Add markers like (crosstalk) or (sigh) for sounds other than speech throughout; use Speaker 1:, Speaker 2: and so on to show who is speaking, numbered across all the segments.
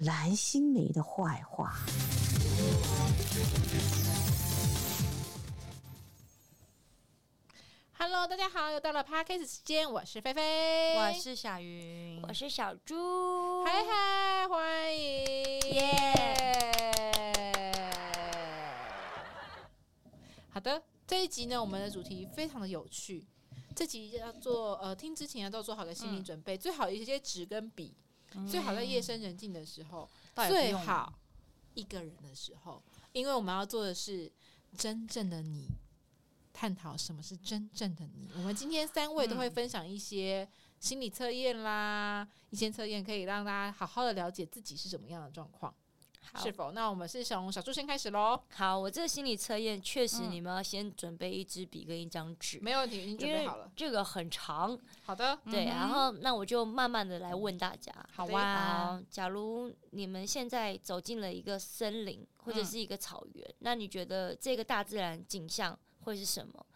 Speaker 1: 蓝心湄的坏话？
Speaker 2: Hello，大家好，又到了 Podcast 时间，我是菲菲，
Speaker 3: 我是小云，
Speaker 4: 我是小猪，
Speaker 2: 嗯嗨嗨，欢迎，好的，这一集呢，我们的主题非常的有趣，这集要做呃，听之前要做做好个
Speaker 3: 嗯
Speaker 2: 心理准备，最好有一些纸跟笔，最
Speaker 4: 嗯
Speaker 2: 好在夜深人静的时候，
Speaker 3: 倒也不
Speaker 2: 最
Speaker 3: 用
Speaker 2: 好一个人的时候，因为我们要做的是真正的你，探讨什么是真正的你。我们今天三位都
Speaker 3: 嗯
Speaker 2: 会分享一些心理测验啦，一些测验可以让大家好好的了解自己是什么样的状况，
Speaker 4: 好
Speaker 2: 是否？那我们是从小猪先开始喽，
Speaker 4: 好，我这个心理测验确实
Speaker 3: 嗯
Speaker 4: 你们要先准备一支笔跟一张纸，
Speaker 2: 没有问题，已经准
Speaker 4: 因
Speaker 2: 备
Speaker 4: 为
Speaker 2: 好了。
Speaker 4: 这个很长，
Speaker 2: 好的，
Speaker 4: 对，
Speaker 3: 嗯哼
Speaker 4: 然后那我就慢慢的来问大家。
Speaker 3: 好
Speaker 2: 对
Speaker 3: 哇
Speaker 4: 好，，假如你们现在走进了一个森林或者
Speaker 3: 嗯
Speaker 4: 是一个草原，那你觉得这个大自然景象会是什么？
Speaker 2: 呃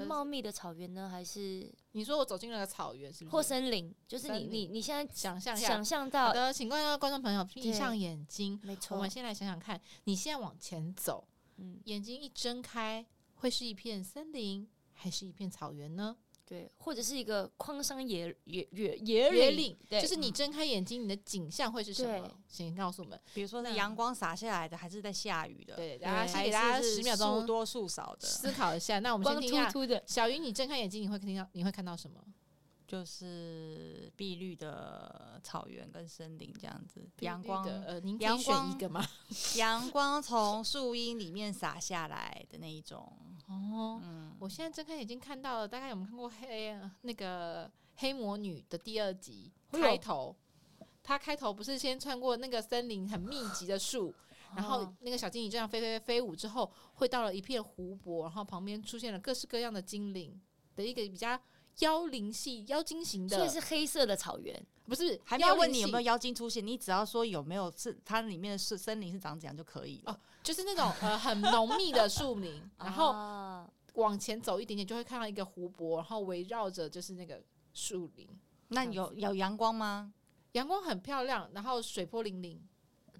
Speaker 4: 是茂密的草原呢，还是
Speaker 2: 你说我走进了个草原，是不是？
Speaker 4: 或森林？就
Speaker 2: 嗯
Speaker 4: 是
Speaker 2: 森
Speaker 4: 你
Speaker 2: 林
Speaker 4: 你你现在
Speaker 2: 想象一下
Speaker 4: 想。象到
Speaker 2: 好，的，请观众观众朋友闭
Speaker 4: 对
Speaker 2: 上眼睛，
Speaker 4: 没
Speaker 2: 我
Speaker 4: 错
Speaker 2: 们，先来想想看，你现在往前走，
Speaker 4: 嗯，
Speaker 2: 眼睛一睁开，会是一片森林，还是一片草原呢？
Speaker 4: 对，或者是一个荒山野野野野
Speaker 2: 野
Speaker 4: 岭，
Speaker 2: 岭，
Speaker 4: 对
Speaker 2: 就是你睁开眼睛，你的景象会是什么
Speaker 4: 对？
Speaker 2: 请告诉我们。
Speaker 3: 比如说
Speaker 2: 那
Speaker 3: 是阳光洒下来的，还是在下雨的？，
Speaker 2: 对，大家先
Speaker 3: 还
Speaker 2: 给大家
Speaker 3: 是
Speaker 2: 十秒
Speaker 3: 树
Speaker 2: 钟
Speaker 3: 多树少的，
Speaker 2: 思考一下。那我们
Speaker 4: 光
Speaker 2: 先听一
Speaker 4: 秃
Speaker 2: 下，
Speaker 4: 秃的，
Speaker 2: 小云，你睁开眼睛，你会听到，你会看到什么？
Speaker 3: 就是碧绿的草原跟森林这样子，
Speaker 2: 碧绿
Speaker 3: 阳光
Speaker 2: 的，呃，您可以
Speaker 3: 阳
Speaker 2: 选一
Speaker 3: 光
Speaker 2: 个吗？
Speaker 3: 阳光从树荫里面洒下来的那一种，
Speaker 2: 哦，我现在睁开眼睛看到了，大概有没有看过黑呃那个黑魔女的第二集
Speaker 4: 哎呦
Speaker 2: 开头？她开头不是先穿过那个森林很密集的树，
Speaker 4: 哦
Speaker 2: 然后
Speaker 3: 嗯
Speaker 2: 那个小精灵这样飞飞飞飞舞之后，会到了一片湖泊，然后旁边出现了各式各样的精灵的一个比较妖灵系妖精型
Speaker 4: 所
Speaker 2: 的
Speaker 4: 以，是黑色的草原，
Speaker 2: 不是
Speaker 3: 还没有
Speaker 2: 妖
Speaker 3: 问
Speaker 2: 灵
Speaker 3: 你有没
Speaker 2: 系
Speaker 3: 有妖精出现，你只要说有没有是它里面的是森林是长怎样就可以了
Speaker 2: 哦。就是那种呃很浓密的树
Speaker 3: (laughs)
Speaker 2: 林，然后
Speaker 4: 啊
Speaker 2: 往前走一点点就会看到一个湖泊，然后围绕着就是那个树林。
Speaker 3: 那有有阳光吗？
Speaker 2: 阳光很漂亮，然后水波粼粼，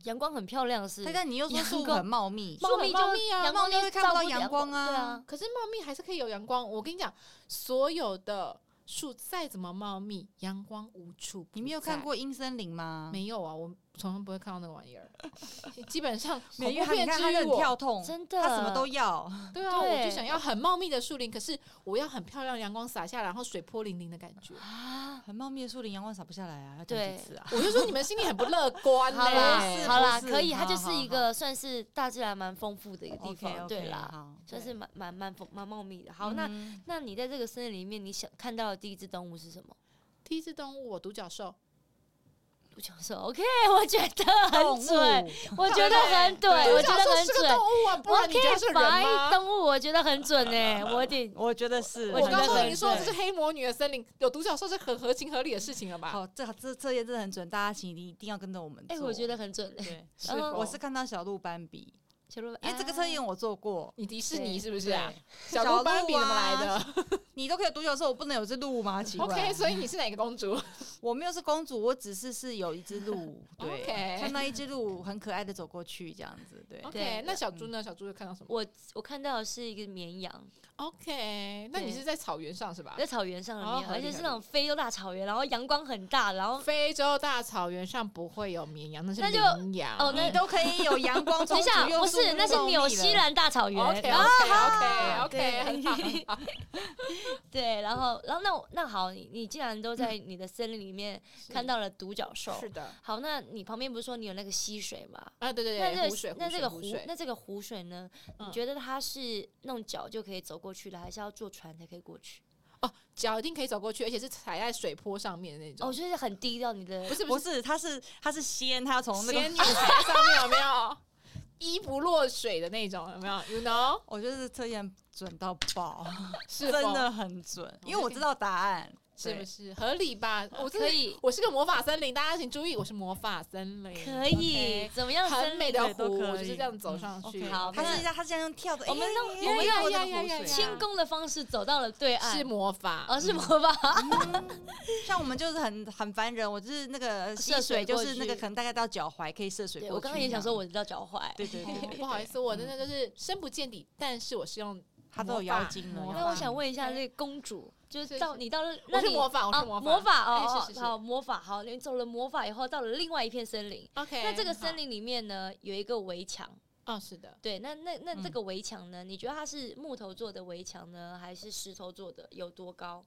Speaker 4: 阳光很漂亮，是
Speaker 3: 但但你又
Speaker 4: 嗯
Speaker 3: 说
Speaker 4: 阳
Speaker 3: 树
Speaker 4: 光
Speaker 3: 很茂密，
Speaker 2: 茂密就
Speaker 4: 茂密啊，
Speaker 3: 阳光就会看不到
Speaker 4: 照顾
Speaker 3: 阳光啊
Speaker 4: 对啊，
Speaker 2: 可是茂密还是可以有阳光。我跟你讲，所有的树再怎么茂密，阳光无处不
Speaker 3: 你没有
Speaker 2: 在
Speaker 3: 看？过阴森林吗？
Speaker 2: 没有啊，我从来不会看到那个玩意儿。 (laughs) 基本 (laughs) 上
Speaker 3: 没
Speaker 2: 恐
Speaker 3: 有，
Speaker 2: 怖片
Speaker 3: 你看
Speaker 2: 之
Speaker 3: 他
Speaker 2: 于
Speaker 3: 很
Speaker 2: 我
Speaker 3: 跳痛，
Speaker 4: 真的，
Speaker 3: 他啊什么都要。 (laughs)
Speaker 2: 对啊，
Speaker 4: 对
Speaker 2: 我就想要很茂密的树林，可是我要很漂亮，阳光洒下来，然后水波粼粼的感 (laughs) 觉。
Speaker 4: 啊。
Speaker 3: 很茂密的树林，阳光洒不下来啊，要
Speaker 4: 对
Speaker 3: 讲几次啊？
Speaker 2: 我就说你们心里很不乐观呢、
Speaker 4: 好
Speaker 3: 不
Speaker 4: 啦，
Speaker 3: 是
Speaker 4: 好啦，
Speaker 3: 不是
Speaker 4: 可以，
Speaker 3: 好
Speaker 4: 它就是
Speaker 3: 好
Speaker 4: 一个算是大自然蛮丰富的一个地
Speaker 3: OK，OK，
Speaker 4: 方，对啦，
Speaker 3: 好。
Speaker 2: 对
Speaker 4: 算是蛮蛮蛮丰蛮茂密的。好，那
Speaker 3: 嗯
Speaker 4: 那你在这个森林里面，你想看到的第一只动物是什么？
Speaker 2: 第一只动物，我独角兽。
Speaker 4: 独角兽，OK，我觉得很
Speaker 3: 动
Speaker 4: 准，
Speaker 3: 物
Speaker 4: 我觉得很对，
Speaker 2: 啊独
Speaker 4: 我觉
Speaker 2: 角
Speaker 4: 得
Speaker 2: 兽
Speaker 4: 很
Speaker 2: 是个
Speaker 4: 准
Speaker 2: 动。物啊，不
Speaker 4: 我
Speaker 2: 然
Speaker 4: 可
Speaker 2: 你觉得它是
Speaker 4: 以
Speaker 2: 人
Speaker 4: 把
Speaker 2: 吗？
Speaker 4: 动物，我觉得很准
Speaker 2: (laughs)
Speaker 4: 哎，我得
Speaker 3: 我觉得是，
Speaker 4: 我
Speaker 2: 我
Speaker 4: 觉得
Speaker 2: 刚
Speaker 4: 很
Speaker 2: 刚已经说这
Speaker 4: 对
Speaker 2: 是黑魔女的森林，有独角兽是很合情合理的事情了吧？
Speaker 3: 好，这这测验真的很准，大家请一定要跟着我们做。
Speaker 4: 哎，我觉得很准 (laughs) 哎。
Speaker 3: 对，
Speaker 2: 是
Speaker 4: 嗯
Speaker 2: 否
Speaker 3: 我是看到小鹿斑比，
Speaker 4: 小鹿，
Speaker 3: 因为这个
Speaker 4: 哎
Speaker 3: 测验
Speaker 4: 啊
Speaker 3: 我做过，
Speaker 2: 你迪士尼
Speaker 4: 对
Speaker 2: 是不是啊？
Speaker 3: 对
Speaker 2: 小鹿斑比怎么来的、
Speaker 3: 你都可以有独角兽，我不能有只
Speaker 4: (laughs)
Speaker 3: 鹿吗？奇
Speaker 4: 啊
Speaker 2: o k
Speaker 3: 怪，
Speaker 2: 所以你是哪个公主？
Speaker 3: 我没有是公主，我只是是有一只
Speaker 4: (laughs)
Speaker 3: 鹿，对
Speaker 2: OK
Speaker 3: 看到一只鹿很可爱的走过去这样子，对
Speaker 2: OK，
Speaker 4: 对
Speaker 2: 那小猪呢？小猪又看到什么
Speaker 4: 我我看到的是一个绵羊，
Speaker 2: ？OK，那你是在草原上是吧
Speaker 4: 在？草原上的
Speaker 2: 哦
Speaker 4: 绵羊，
Speaker 2: 合理
Speaker 4: 而且是
Speaker 2: 合
Speaker 4: 那种非洲大草原，然后阳光很大，然后
Speaker 2: 非洲大草原上不会有绵羊，那是
Speaker 4: 呃那就
Speaker 2: 羚羊。嗯
Speaker 4: 哦那
Speaker 3: 你 (laughs) 都可以有阳
Speaker 4: (laughs)
Speaker 3: 光
Speaker 4: 等
Speaker 3: 从
Speaker 4: 一下
Speaker 3: 左右
Speaker 4: 不是，那是纽西兰大草原。
Speaker 2: 哦 OK
Speaker 4: 然后
Speaker 2: OK OK OK，很好。
Speaker 4: 哦对对，然后然后那我那好，你你既然都在你的森林里面看到了独角兽，
Speaker 2: 嗯是的，
Speaker 4: 好，那你旁边不是说你有那个溪水吗？
Speaker 2: 啊对对
Speaker 4: 那
Speaker 2: 对，
Speaker 4: 这
Speaker 2: 湖水
Speaker 4: 个那这个
Speaker 2: 湖
Speaker 4: 湖
Speaker 2: 水，
Speaker 4: 那这个湖水呢？
Speaker 2: 嗯
Speaker 4: 你觉得它是弄脚就可以走过去的，还是要坐船才可以过去？
Speaker 2: 哦，脚一定可以走过去，而且是踩在水坡上面的那
Speaker 4: 哦，
Speaker 2: 种。
Speaker 4: 就是很低调，你的
Speaker 2: 不是
Speaker 3: 不
Speaker 2: 不是，
Speaker 3: 是，它是它是仙，它要从那
Speaker 2: 仙
Speaker 3: 个哦
Speaker 2: 女踩在上面有没有？一不落水的那种，有没有？You know，
Speaker 3: 我觉得这测验准到爆，
Speaker 2: 是
Speaker 3: 真
Speaker 2: 否
Speaker 3: 的很准， (laughs) 因为我知道答案，
Speaker 2: 是不
Speaker 3: 对
Speaker 2: 是合理吧？我真的
Speaker 4: 可以，
Speaker 2: 我是个魔法森林，大家请注意，我是魔法森林，
Speaker 4: 可以
Speaker 2: OK，
Speaker 4: 怎么样？
Speaker 2: 很美的
Speaker 3: 对
Speaker 2: 湖，
Speaker 3: 都可以
Speaker 2: 我就是这样走上去，
Speaker 4: 嗯好
Speaker 3: 他是他这样用跳的，
Speaker 4: 我们
Speaker 3: 哎
Speaker 4: 弄
Speaker 3: 我
Speaker 2: 呀
Speaker 3: 们
Speaker 2: 呀
Speaker 3: 过
Speaker 2: 呀
Speaker 3: 那个
Speaker 2: 呀
Speaker 3: 湖
Speaker 2: 呀
Speaker 3: 水
Speaker 2: 呀
Speaker 3: 啊，
Speaker 4: 轻功的方式走到了对岸，
Speaker 2: 是魔嗯法，
Speaker 4: 哦，是魔法，
Speaker 3: (laughs) 像我们就是很很烦人，我就是那个
Speaker 4: 涉水
Speaker 3: 涉水，就
Speaker 4: 过
Speaker 3: 是那个
Speaker 4: 去
Speaker 3: 可能大概到脚踝可以涉水
Speaker 4: 对我
Speaker 3: 过去。
Speaker 4: 刚刚也想说，，我知道脚踝，
Speaker 3: 对对对
Speaker 2: 哦 (laughs)
Speaker 3: 对对，
Speaker 2: 不好意思，我真的就是深不见底，但是我是用
Speaker 3: 他都
Speaker 2: 魔
Speaker 3: 有
Speaker 2: 法
Speaker 3: 妖精了
Speaker 2: 魔
Speaker 3: 有
Speaker 4: 那
Speaker 2: 法
Speaker 4: 我想问一下，
Speaker 2: 对
Speaker 4: 这个公主，就是是到
Speaker 2: 是
Speaker 4: 你到了，
Speaker 2: 我
Speaker 4: 那
Speaker 2: 是
Speaker 4: 你
Speaker 2: 魔法，我
Speaker 4: 啊
Speaker 2: 是魔法，
Speaker 4: 魔法
Speaker 2: 哎
Speaker 4: 哦
Speaker 2: 是，是
Speaker 4: 哦
Speaker 2: 是
Speaker 4: 好，魔法好，你走了魔法以后，到了另外一片森林。
Speaker 2: ，OK，
Speaker 4: 那这个森
Speaker 2: 林，
Speaker 4: 林里面呢，有一个围墙，
Speaker 2: 哦，是的，
Speaker 4: 对，那那那这
Speaker 3: 嗯
Speaker 4: 个围墙呢？你觉得它是木头做的围墙呢，还是石头做的？有多高？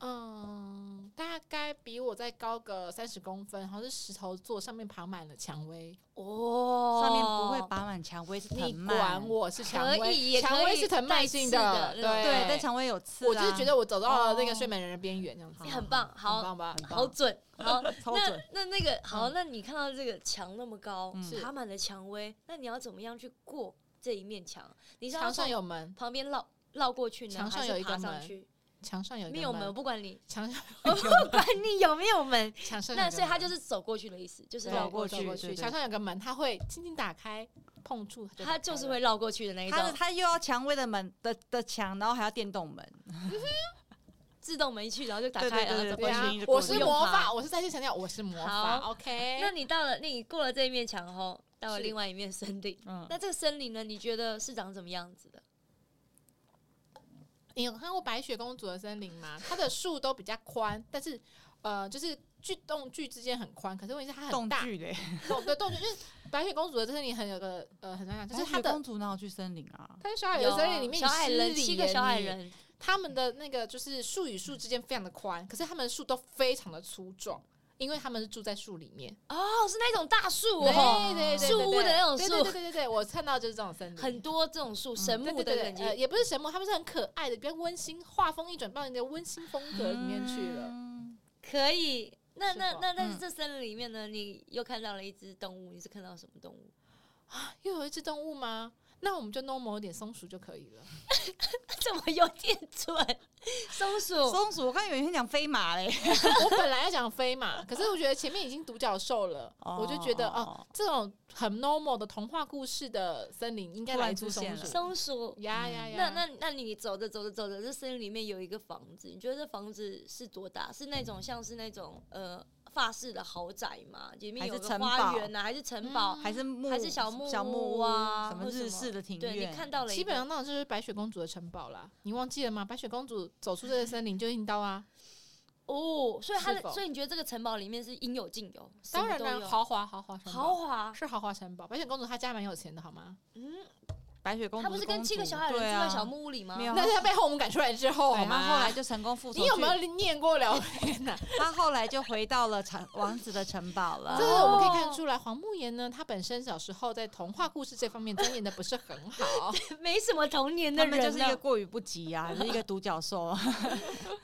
Speaker 2: 嗯，大概比我再高个三十公分，好像是石头做，上面爬满了蔷薇。
Speaker 4: 哦
Speaker 3: 上面不会拔满蔷薇，是藤
Speaker 2: 你
Speaker 3: 蔓
Speaker 2: 管。我是蔷
Speaker 4: 可以也
Speaker 2: 薇，
Speaker 4: 可
Speaker 2: 蔷薇
Speaker 4: 以
Speaker 2: 是藤蔓性
Speaker 4: 带刺的
Speaker 2: 对，
Speaker 4: 那种
Speaker 3: 对，但蔷薇有刺啊，
Speaker 2: 我就是觉得我走到了那
Speaker 3: 哦
Speaker 2: 个睡美人的边缘，这样子
Speaker 4: 你很棒，
Speaker 2: 很
Speaker 4: 好
Speaker 2: 棒吧？
Speaker 3: 很棒
Speaker 4: 哦好准，好。
Speaker 3: 超
Speaker 4: 那
Speaker 3: 准。
Speaker 4: 那那个好，那你看到这个墙那么高
Speaker 3: 嗯，
Speaker 2: 嗯是
Speaker 4: 爬满了蔷薇，那你要怎么样去过这一面墙？你是要
Speaker 2: 墙上
Speaker 4: 从
Speaker 2: 有门，
Speaker 4: 旁边绕绕过去呢，
Speaker 2: 墙上
Speaker 4: 还是
Speaker 2: 有一个
Speaker 4: 爬上
Speaker 2: 门
Speaker 4: 去？
Speaker 2: 墙上有一个
Speaker 4: 没有门，我
Speaker 2: 门，
Speaker 4: 不管
Speaker 2: (laughs)
Speaker 4: 你，
Speaker 2: 墙上。
Speaker 4: 我不 (laughs) 管你有没有门
Speaker 2: 墙上有一个
Speaker 4: 那所以他
Speaker 2: 门
Speaker 4: 就是走过去的意思，就是
Speaker 2: 对
Speaker 4: 绕
Speaker 3: 绕
Speaker 4: 过
Speaker 3: 过
Speaker 2: 走
Speaker 3: 去
Speaker 2: 过
Speaker 3: 对
Speaker 2: 去，
Speaker 3: 对
Speaker 2: 墙上有个门，它会轻轻打开，碰触它
Speaker 4: 他
Speaker 2: 就
Speaker 4: 就是
Speaker 2: 打开了
Speaker 4: 会绕过去的那一
Speaker 3: 他的
Speaker 4: 种，
Speaker 3: 他又要蔷薇的门的的墙，然后还要电动门，
Speaker 4: 自动门去，然后就打开
Speaker 3: 对对
Speaker 4: 了，
Speaker 3: 对
Speaker 4: 走
Speaker 2: 对
Speaker 4: 过
Speaker 2: 啊
Speaker 4: 去。
Speaker 3: 去就
Speaker 2: 我
Speaker 3: 过
Speaker 2: 是
Speaker 4: 去
Speaker 2: 魔
Speaker 4: 用
Speaker 2: 法，
Speaker 4: 爬
Speaker 2: 我是再次强调，我是魔法
Speaker 4: 好
Speaker 2: ，OK？
Speaker 4: (laughs) 那你到了，那你过了这一面墙后，到了
Speaker 2: 是
Speaker 4: 另外一面森林。
Speaker 3: 嗯，
Speaker 4: 那这个森林呢？你觉得是长什么样子的？
Speaker 2: 你有看过《白雪公主的森林》吗？它的树都比较宽，但是呃，就是距动距之间很宽，可是问题是它很
Speaker 3: 动
Speaker 2: 大，
Speaker 3: 距嘞。
Speaker 2: 动对动距就是白雪公主的森林很有个呃很难讲，就
Speaker 3: 白
Speaker 2: 是它
Speaker 3: 雪
Speaker 2: 的
Speaker 3: 公。主哎哪有去森林啊？
Speaker 2: 它是小矮人森林里面，
Speaker 4: 小矮人
Speaker 2: 你失礼
Speaker 4: 七个
Speaker 2: 耶
Speaker 4: 小矮
Speaker 2: 你
Speaker 4: 人，
Speaker 2: 他们的那个就是树与树之间非常的宽，可是他们的树都非常的粗壮，因为他们是住在树里面，
Speaker 4: 哦，是那种大 (laughs) 树哦，
Speaker 2: 对对对对，
Speaker 4: 树屋的那种
Speaker 2: 对
Speaker 4: 树
Speaker 2: 对对对对对，我看到就是这种森林，
Speaker 4: 很多这种树，神
Speaker 2: 对
Speaker 4: 木
Speaker 2: 对
Speaker 4: 的
Speaker 2: 对
Speaker 4: 感
Speaker 2: 对，呃，
Speaker 4: 觉。
Speaker 2: 也不是神木，他们是很可爱的，比较温馨，画风一转到你的温馨风格里面去了。
Speaker 3: 嗯
Speaker 4: 可以，那
Speaker 2: 是
Speaker 4: 那
Speaker 2: 吧
Speaker 4: 那但是
Speaker 3: 嗯
Speaker 4: 这森林里面呢，你又看到了一只动物，你是看到什么动物？
Speaker 2: 又有一只动物吗？那我们就 normal 一点松鼠就可
Speaker 4: (laughs)
Speaker 2: 以了。
Speaker 4: (laughs) 怎么有点准？松鼠，
Speaker 3: 松鼠，我刚以为你讲飞马嘞。
Speaker 2: 我本来要讲飞马，可是我觉得前面已经独角兽了，
Speaker 3: 哦
Speaker 2: 我就觉得哦
Speaker 3: 哦，
Speaker 2: 这种很 normal 的童话故事的森林应该
Speaker 3: 突然
Speaker 2: 来自
Speaker 3: 出
Speaker 2: 松
Speaker 3: 现
Speaker 2: 鼠
Speaker 3: 了。
Speaker 4: 松鼠。
Speaker 2: 呀呀呀！
Speaker 4: 嗯那那那你走着走着走着，这森林里面有一个房子，你觉得这房子是多大？是那种像是那种呃法式的豪宅吗？里面
Speaker 3: 还
Speaker 4: 有
Speaker 3: 是
Speaker 4: 个
Speaker 3: 城
Speaker 4: 花
Speaker 3: 堡
Speaker 4: 园啊呐、还是城堡？
Speaker 3: 哦还是木，
Speaker 4: 还是小木
Speaker 3: 小木
Speaker 4: 屋啊
Speaker 3: 什么
Speaker 4: 或什
Speaker 3: 日
Speaker 4: 么
Speaker 3: 式的庭院，
Speaker 4: 对你看到了一
Speaker 2: 基
Speaker 4: 个
Speaker 2: 本上那种就是白雪公主的城堡啦，你忘记了吗？白雪公主走出这个森林就应到啊，
Speaker 4: 哦，所以它
Speaker 2: 是
Speaker 4: 的，
Speaker 2: 否
Speaker 4: 所以你觉得这个城堡里面是应有尽有，什
Speaker 2: 当
Speaker 4: 么
Speaker 2: 然
Speaker 4: 都
Speaker 2: 啦，
Speaker 4: 有
Speaker 2: 豪华豪华城
Speaker 4: 豪
Speaker 2: 堡
Speaker 4: 华，
Speaker 2: 是豪华城堡。白雪公主她家蛮有钱的好吗？
Speaker 4: 嗯，
Speaker 3: 白雪公主
Speaker 4: 他不是跟
Speaker 3: 公
Speaker 4: 七个
Speaker 3: 主
Speaker 4: 小矮人住
Speaker 3: 对
Speaker 4: 在
Speaker 3: 啊
Speaker 4: 小木屋里吗？
Speaker 3: 没有
Speaker 2: 那是她被后母赶出来之后
Speaker 3: 对，
Speaker 2: 好
Speaker 3: 他后
Speaker 2: 吗
Speaker 3: 来？就哦成功复仇。
Speaker 2: 你有没有念过 (laughs) 聊天呐？
Speaker 3: 去？ (laughs) 他后来就回到了城王子的城堡
Speaker 2: 这
Speaker 3: 了。
Speaker 2: 个我们可以看出来，黄慕言呢，他本身小时候在童话故事这方面钻研的不是很
Speaker 3: (laughs)
Speaker 2: 好。
Speaker 4: (laughs) 没什么童年的
Speaker 3: 他们
Speaker 4: 人
Speaker 3: 就是一
Speaker 4: 了
Speaker 3: 个过于不及啊，是
Speaker 4: (laughs)
Speaker 3: 一个独角兽。啊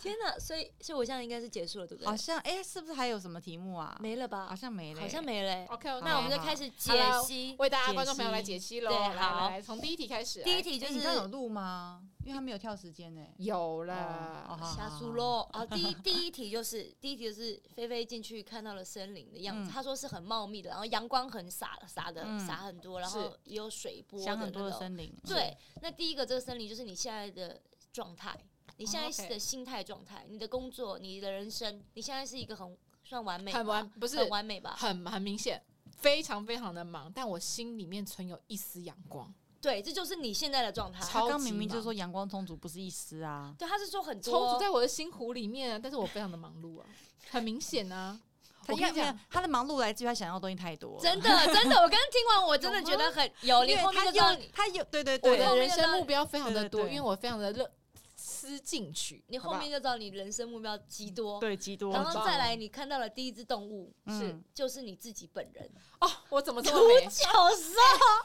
Speaker 4: 天哪！所以，所以我现在应该是结束了，对不对？
Speaker 3: 好像哎、是不是还有什么题目啊？，
Speaker 4: 没了
Speaker 3: 好
Speaker 4: 吧？
Speaker 3: 像没了、哦
Speaker 4: 好像。没了欸。
Speaker 2: OK，
Speaker 4: 那
Speaker 2: 那
Speaker 4: 我
Speaker 2: 我们
Speaker 4: 们就
Speaker 2: 就
Speaker 4: 开始
Speaker 2: 好
Speaker 4: 解
Speaker 2: 啦
Speaker 4: 析。
Speaker 2: 为大家
Speaker 3: 解
Speaker 2: 观众朋友来
Speaker 3: 析
Speaker 2: 解析喽。
Speaker 4: 对
Speaker 2: 来
Speaker 4: 好
Speaker 2: 来来，从第一题开始。
Speaker 4: 第一
Speaker 2: 来
Speaker 4: 题就
Speaker 3: 哎
Speaker 4: 是
Speaker 3: 你刚刚有录吗？因为他没有跳时间呢、
Speaker 2: 有
Speaker 3: 哦
Speaker 2: 了，
Speaker 3: 好
Speaker 4: 瞎说
Speaker 3: (laughs)
Speaker 4: 喽。啊，第一第一题就是第一题就是菲菲进去看到了森林的样子，
Speaker 3: 嗯
Speaker 4: 她说是很茂密的，然后阳光很洒洒的
Speaker 3: 嗯
Speaker 4: 洒很多，然后
Speaker 2: 是
Speaker 4: 也有水波
Speaker 3: 想
Speaker 4: 那
Speaker 3: 很多的
Speaker 4: 种
Speaker 3: 森林。
Speaker 4: 对，那第一个这个森林就是你现在的状态，你现
Speaker 2: 哦
Speaker 4: 在
Speaker 2: ，OK
Speaker 4: 的心态状态，你的工作，你的人生，你现在是一个很算完美吧，
Speaker 3: 啊
Speaker 2: 很完不是
Speaker 4: 很完美吧？
Speaker 2: 很很明显，非常非常的忙，但我心里面存有一丝阳光，
Speaker 4: 对，这就是你现在的状态。
Speaker 2: 超
Speaker 3: 他刚
Speaker 2: 级
Speaker 3: 明明就
Speaker 2: 忙
Speaker 3: 说阳光充足不是一丝啊。
Speaker 4: 对，他是说很
Speaker 2: 充足
Speaker 4: 多
Speaker 2: 在我的心湖里面啊，但是我非常的忙碌啊，很明显啊。
Speaker 3: 他
Speaker 2: 我跟
Speaker 3: 看
Speaker 2: 你讲，
Speaker 3: 他的忙碌来自于他想要的东西太多。
Speaker 4: 真的真的，我刚刚听完，我真的觉得很有，
Speaker 3: (laughs) 因
Speaker 4: 你
Speaker 3: 为
Speaker 4: 后面
Speaker 3: 他
Speaker 4: 就知道
Speaker 3: 又
Speaker 4: 你，
Speaker 3: 他又对对
Speaker 2: 我
Speaker 3: 对，
Speaker 2: 的人生目标非常的
Speaker 3: 对对
Speaker 2: 多，
Speaker 3: 对
Speaker 2: 因为我非常的乐思进取。
Speaker 4: 你
Speaker 2: 好不
Speaker 4: 后
Speaker 2: 好
Speaker 4: 面就知道你人生目标极多。
Speaker 3: 对极多
Speaker 4: 然 (laughs)
Speaker 2: 我知
Speaker 4: 后
Speaker 2: 道
Speaker 4: 再
Speaker 2: 了
Speaker 4: 来，你看到了第一只动物，
Speaker 3: 嗯
Speaker 4: 就是你自己本人。
Speaker 2: 哦，我怎么这么
Speaker 4: 独
Speaker 3: 啊
Speaker 2: 美？
Speaker 4: 角兽，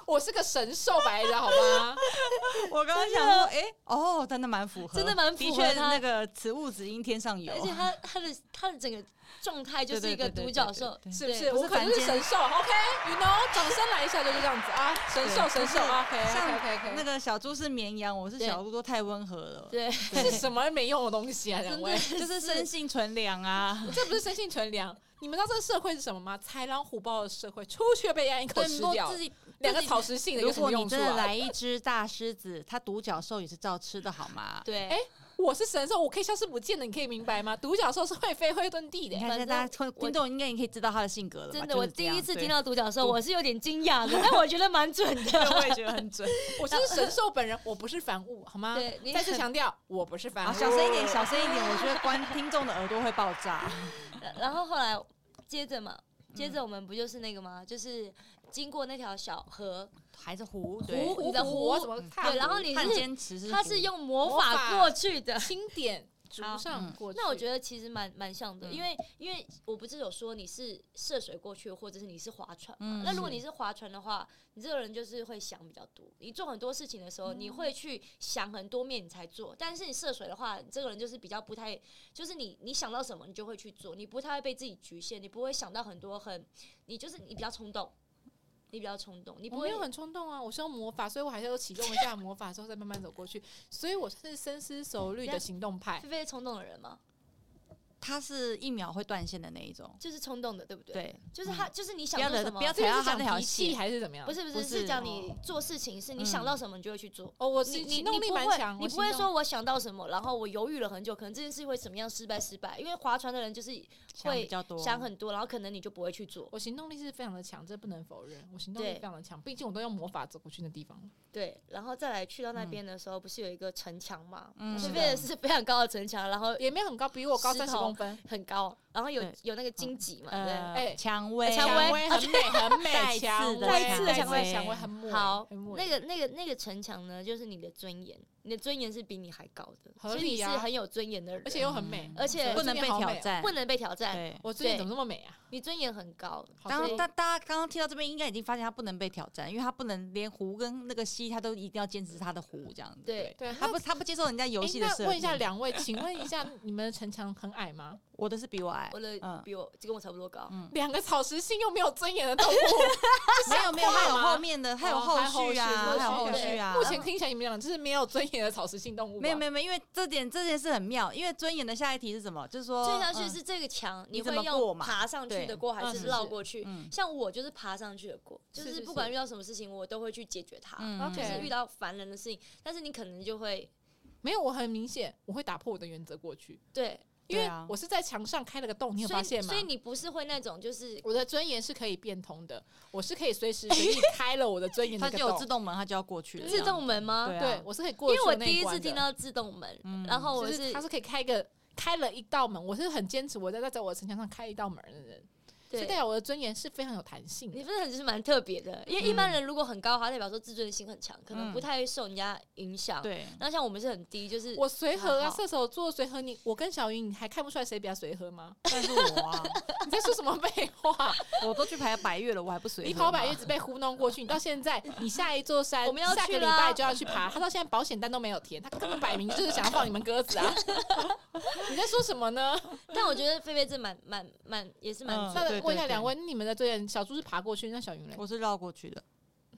Speaker 2: 我是个神兽白的好
Speaker 3: (laughs)
Speaker 2: 吗？
Speaker 3: 我刚刚想说，哎、哦，真的蛮符合，
Speaker 4: 真的蛮符
Speaker 3: 的
Speaker 4: 合
Speaker 3: 确
Speaker 4: 它
Speaker 3: 那个此物只应天上有，啊
Speaker 4: 而且它它的它的整个状态就
Speaker 3: 对
Speaker 4: 是一
Speaker 3: 对
Speaker 4: 个
Speaker 3: 对对
Speaker 4: 独
Speaker 3: 对
Speaker 4: 角
Speaker 3: 对
Speaker 4: 兽，
Speaker 3: 嗯对
Speaker 2: 是不
Speaker 4: 对
Speaker 2: 是？
Speaker 3: 不是
Speaker 2: 我可能
Speaker 3: 凡
Speaker 2: 是
Speaker 3: 间
Speaker 2: 神兽，OK？You know，掌声来一下，就是这样子啊！神兽，神
Speaker 3: 对
Speaker 2: 兽
Speaker 3: 就是像
Speaker 2: ，OK，OK，OK，
Speaker 3: 那个小猪是绵羊，我是
Speaker 4: 对
Speaker 3: 小猪，都太温和了，
Speaker 4: 对，
Speaker 2: 是什么没用的东西啊？两
Speaker 4: 真
Speaker 2: 位
Speaker 4: 的，
Speaker 3: 就是生性纯良
Speaker 4: (laughs)
Speaker 3: 啊，
Speaker 2: 这不是生性纯良。你们知道这个社会是什么吗？豺狼虎豹的社会，出去被人家一口
Speaker 4: 对
Speaker 2: 吃
Speaker 4: 摸
Speaker 2: 掉
Speaker 4: 自，己
Speaker 2: 两个
Speaker 4: 自己
Speaker 2: 草食性的有
Speaker 3: 如
Speaker 2: 什么
Speaker 3: 果
Speaker 2: 用
Speaker 3: 你
Speaker 2: 处
Speaker 3: 真的
Speaker 2: 啊？
Speaker 3: 来一只大狮子，它独角兽也是照吃的好吗？
Speaker 4: 对，
Speaker 2: 哎我是神兽，我可以消失不见的，你可以明白吗？独角兽是会飞会遁地的
Speaker 3: 你。看，现在大家听
Speaker 4: 我
Speaker 3: 听众应该也可以知道他的性格了吧。
Speaker 4: 真
Speaker 3: 就
Speaker 4: 的，
Speaker 3: 是
Speaker 4: 我
Speaker 3: 这
Speaker 4: 第
Speaker 3: 样
Speaker 4: 一次
Speaker 3: 对
Speaker 4: 听到独角兽，我是有点惊讶的，但我觉得蛮准的。
Speaker 3: (laughs) 我也觉得很准。
Speaker 2: 我就是神兽本人，我不是凡物，好吗？
Speaker 3: 啊
Speaker 4: 对你啊
Speaker 2: 再次强调，我不是凡
Speaker 3: (laughs) 好，
Speaker 2: 物。
Speaker 3: 小声一点，小声一点，我觉得观听众的耳朵会爆
Speaker 4: (laughs)
Speaker 3: 炸。
Speaker 4: 然后后来接着嘛，
Speaker 3: 嗯
Speaker 4: 接着我们不就是那个吗？就是经过那条小河，
Speaker 3: 还是湖，
Speaker 4: 对
Speaker 2: 湖
Speaker 4: 你的
Speaker 2: 湖
Speaker 4: 湖
Speaker 2: 什么踏湖？
Speaker 4: 嗯对，然后你
Speaker 3: 他很
Speaker 4: 是
Speaker 3: 坚持是
Speaker 4: 它是用魔
Speaker 2: 魔
Speaker 4: 法
Speaker 2: 法
Speaker 4: 过去
Speaker 2: (laughs)
Speaker 4: 的。
Speaker 2: 轻点逐
Speaker 4: 好
Speaker 2: 上
Speaker 3: 嗯
Speaker 2: 过去。
Speaker 4: 那我觉得其实蛮蛮像的，
Speaker 3: 嗯
Speaker 4: 因为因为我不是有说你是涉水过去，或者是你是划船
Speaker 3: 嗯
Speaker 4: 嘛。那如果
Speaker 3: 是
Speaker 4: 你是划船的话，你这个人就是会想比较多，你做很多事情的时候，你会去想很多面你才做。但是你涉水的话，你这个人就是比较不太，就是你你想到什么你就会去做，你不太会被自己局限，你不会想到很多很，你就是你比较冲动，你比较冲动，你
Speaker 2: 我
Speaker 4: 不
Speaker 2: 没
Speaker 4: 会
Speaker 2: 有很冲动啊，我是用魔法，所以我还是要启动一下魔法之后再慢慢走过去，所以我是深思
Speaker 4: 嗯
Speaker 2: 熟虑的行动派。
Speaker 4: 菲菲是冲动的人吗？
Speaker 3: 它是一秒会断线的那一种。
Speaker 4: 就是冲动的，对不对？，嗯
Speaker 3: 对，
Speaker 4: 就是他，就是你想
Speaker 3: 不要
Speaker 4: 做
Speaker 3: 惹
Speaker 4: 什
Speaker 3: 不
Speaker 4: 么
Speaker 3: 要。踩到他那条
Speaker 2: 脾气
Speaker 3: 线。
Speaker 2: 还是怎么样？
Speaker 4: 不是不
Speaker 3: 不
Speaker 4: 是，是
Speaker 3: 是
Speaker 4: 讲
Speaker 3: 哦
Speaker 4: 你做事情是你想
Speaker 3: 嗯
Speaker 4: 到什么你就会去做，
Speaker 2: 哦，我是
Speaker 4: 你你
Speaker 2: 行
Speaker 4: 你
Speaker 2: 动力
Speaker 4: 不
Speaker 2: 蛮
Speaker 4: 会
Speaker 2: 强，，
Speaker 4: 你
Speaker 2: 我
Speaker 4: 不会
Speaker 2: 行动
Speaker 4: 说我想到什么，然后我犹豫了很久，可能这件事会怎么样失败失败，因为划船的人就是
Speaker 3: 想
Speaker 4: 会
Speaker 3: 比较多，
Speaker 4: 想很多，然后可能你就不会去做。
Speaker 2: 我行动力是非常的强，这不能否认，我行动力
Speaker 4: 对
Speaker 2: 非常的强，毕竟我都用魔法走过去那地方了。
Speaker 4: 对，然后再来去到那边的时候，不是有一个城墙嘛？
Speaker 3: 嗯
Speaker 4: 菲
Speaker 2: 是
Speaker 4: 菲
Speaker 2: 嗯的
Speaker 4: 也是非常高的城墙，然后
Speaker 2: 也没有很高，比我高
Speaker 4: 石
Speaker 2: 三十
Speaker 4: 头
Speaker 2: 公分。
Speaker 4: 很高，然后有
Speaker 3: 对
Speaker 4: 有那
Speaker 2: 哦
Speaker 4: 个荆棘嘛，对
Speaker 3: 呃
Speaker 2: 哎
Speaker 3: 蔷薇，
Speaker 4: (laughs) 蔷薇
Speaker 2: 薇很美，很
Speaker 3: 再
Speaker 2: 美，
Speaker 3: 次
Speaker 2: 蔷薇，
Speaker 4: (laughs)
Speaker 3: 的
Speaker 4: 再次的蔷薇
Speaker 2: 蔷薇很
Speaker 4: 不对。
Speaker 2: 美，
Speaker 4: 好
Speaker 2: 很，欸美
Speaker 4: 那个那个那个城墙呢，就是你的尊严，你的尊严是比你还高的，
Speaker 2: 合
Speaker 4: 所以你
Speaker 2: 理
Speaker 4: 是
Speaker 2: 啊
Speaker 4: 很有尊严的人，
Speaker 2: 而且又很美啊
Speaker 3: 嗯，
Speaker 4: 而且
Speaker 3: 不能被挑。战
Speaker 4: 哦不。能被挑战，
Speaker 3: 对，
Speaker 2: 我最近
Speaker 4: 对
Speaker 2: 怎么这么美啊？
Speaker 4: 你尊严很高，
Speaker 2: 好
Speaker 3: 当
Speaker 2: 所以
Speaker 3: 大大家刚刚听到这边，应该已经发现他不能被挑战，因为他不能连湖跟那个溪，他都一定要坚持他的湖这样子。
Speaker 4: 对，
Speaker 2: 对，
Speaker 3: 他不他不接受人家游
Speaker 2: 诶
Speaker 3: 戏的设
Speaker 2: 哎那
Speaker 3: 定。
Speaker 2: 问一下两
Speaker 3: (laughs)
Speaker 2: 位，请问一下，你们的城墙很矮吗？
Speaker 3: 我的是比我矮
Speaker 4: 我，的
Speaker 3: 嗯
Speaker 4: 比我跟我差不多高，
Speaker 3: 嗯
Speaker 2: 两个草食性又没有尊严的动物，
Speaker 3: 没有没有，还有
Speaker 2: 吗
Speaker 3: 后面的， (laughs) 还有
Speaker 2: 哦还有
Speaker 3: 续啊
Speaker 2: 后，续
Speaker 3: 还有后
Speaker 4: 对
Speaker 3: 续啊。
Speaker 2: 目前听起来你们俩就是没有尊严的草食性动物吧。啊
Speaker 3: 没有没有没有，因为这点这件事很妙，因为尊严的下一题是什么？就是说
Speaker 4: 追上去
Speaker 3: 嗯
Speaker 4: 是这个墙，
Speaker 3: 你怎
Speaker 4: 会
Speaker 3: 么过
Speaker 4: 用
Speaker 3: 嘛
Speaker 4: 爬上去
Speaker 3: 对
Speaker 4: 的过，还
Speaker 2: 嗯
Speaker 4: 是
Speaker 2: 是
Speaker 4: 绕
Speaker 2: 是
Speaker 4: 过去？
Speaker 3: 嗯
Speaker 4: 像我就是爬上去的过，就是是
Speaker 2: 是
Speaker 4: 不管
Speaker 2: 是
Speaker 4: 遇到什么事情，我都会去解决它。
Speaker 3: 嗯
Speaker 4: 就
Speaker 2: OK
Speaker 4: 是
Speaker 2: 对
Speaker 4: 遇到烦人的事情，但是你可能就会
Speaker 2: 没有，我很明显我会打破我的原则过去，
Speaker 4: 对，
Speaker 2: 因为
Speaker 3: 对啊
Speaker 2: 我是在墙上开了个洞，你有
Speaker 4: 所
Speaker 2: 发
Speaker 4: 以
Speaker 2: 现吗
Speaker 4: 所以？你不是会那种就是
Speaker 2: 我的尊严是可以变通的，我是可以随时
Speaker 3: (laughs)
Speaker 2: 随地开了我的尊严
Speaker 3: 它
Speaker 2: 的
Speaker 3: 就
Speaker 2: 嗯那
Speaker 3: 有
Speaker 2: 个
Speaker 3: 自
Speaker 2: 洞。
Speaker 3: 动门，它就要过去了。
Speaker 4: 自动
Speaker 3: 门，
Speaker 4: 门吗？
Speaker 3: 对啊
Speaker 2: 对，我是可以
Speaker 4: 因
Speaker 2: 过去
Speaker 4: 为我
Speaker 2: 的那
Speaker 4: 第一
Speaker 2: 关
Speaker 4: 次
Speaker 2: 的
Speaker 4: 听到自动门，
Speaker 3: 嗯
Speaker 4: 然后哦我
Speaker 2: 就是他是可以开个开了一道门，我是很坚持我在在在我的城墙上开一道门的人，所以代
Speaker 4: 对。
Speaker 2: 表我的尊严是非常有弹性的
Speaker 4: 你。真的就是蛮特别的，因为一般人如果很高的话，代表说自尊心很强，可能不
Speaker 3: 嗯
Speaker 4: 太受人家影响。
Speaker 3: 对，
Speaker 4: 那像我们是很低，就是
Speaker 2: 我随和啊，
Speaker 4: 还好
Speaker 2: 射手座随和你，我跟小云你还看不出来谁比较随和吗？ (laughs)
Speaker 3: 但是我啊，
Speaker 2: 你在说什么废话？
Speaker 3: 我都去排百越了，我还不随和
Speaker 2: 你
Speaker 3: 吗。
Speaker 2: 跑百越只被糊弄过去，你到现在，你下一座山，
Speaker 4: 我们要
Speaker 2: 下个
Speaker 4: 去
Speaker 2: 礼
Speaker 4: 啦
Speaker 2: 拜就要去爬，他到现在保险单都没有填，他根本摆明就是想要放你们鸽子啊！ (laughs) 你在说什么呢？
Speaker 3: (laughs)
Speaker 4: 但我觉得菲菲这蛮蛮蛮也是蛮
Speaker 3: 嗯
Speaker 4: 准
Speaker 2: 那
Speaker 4: 的、
Speaker 3: 对对
Speaker 2: 问一下
Speaker 3: 对
Speaker 2: 两位，你们的这人小猪是爬过去，那小云嘞？
Speaker 3: 我是绕过去的，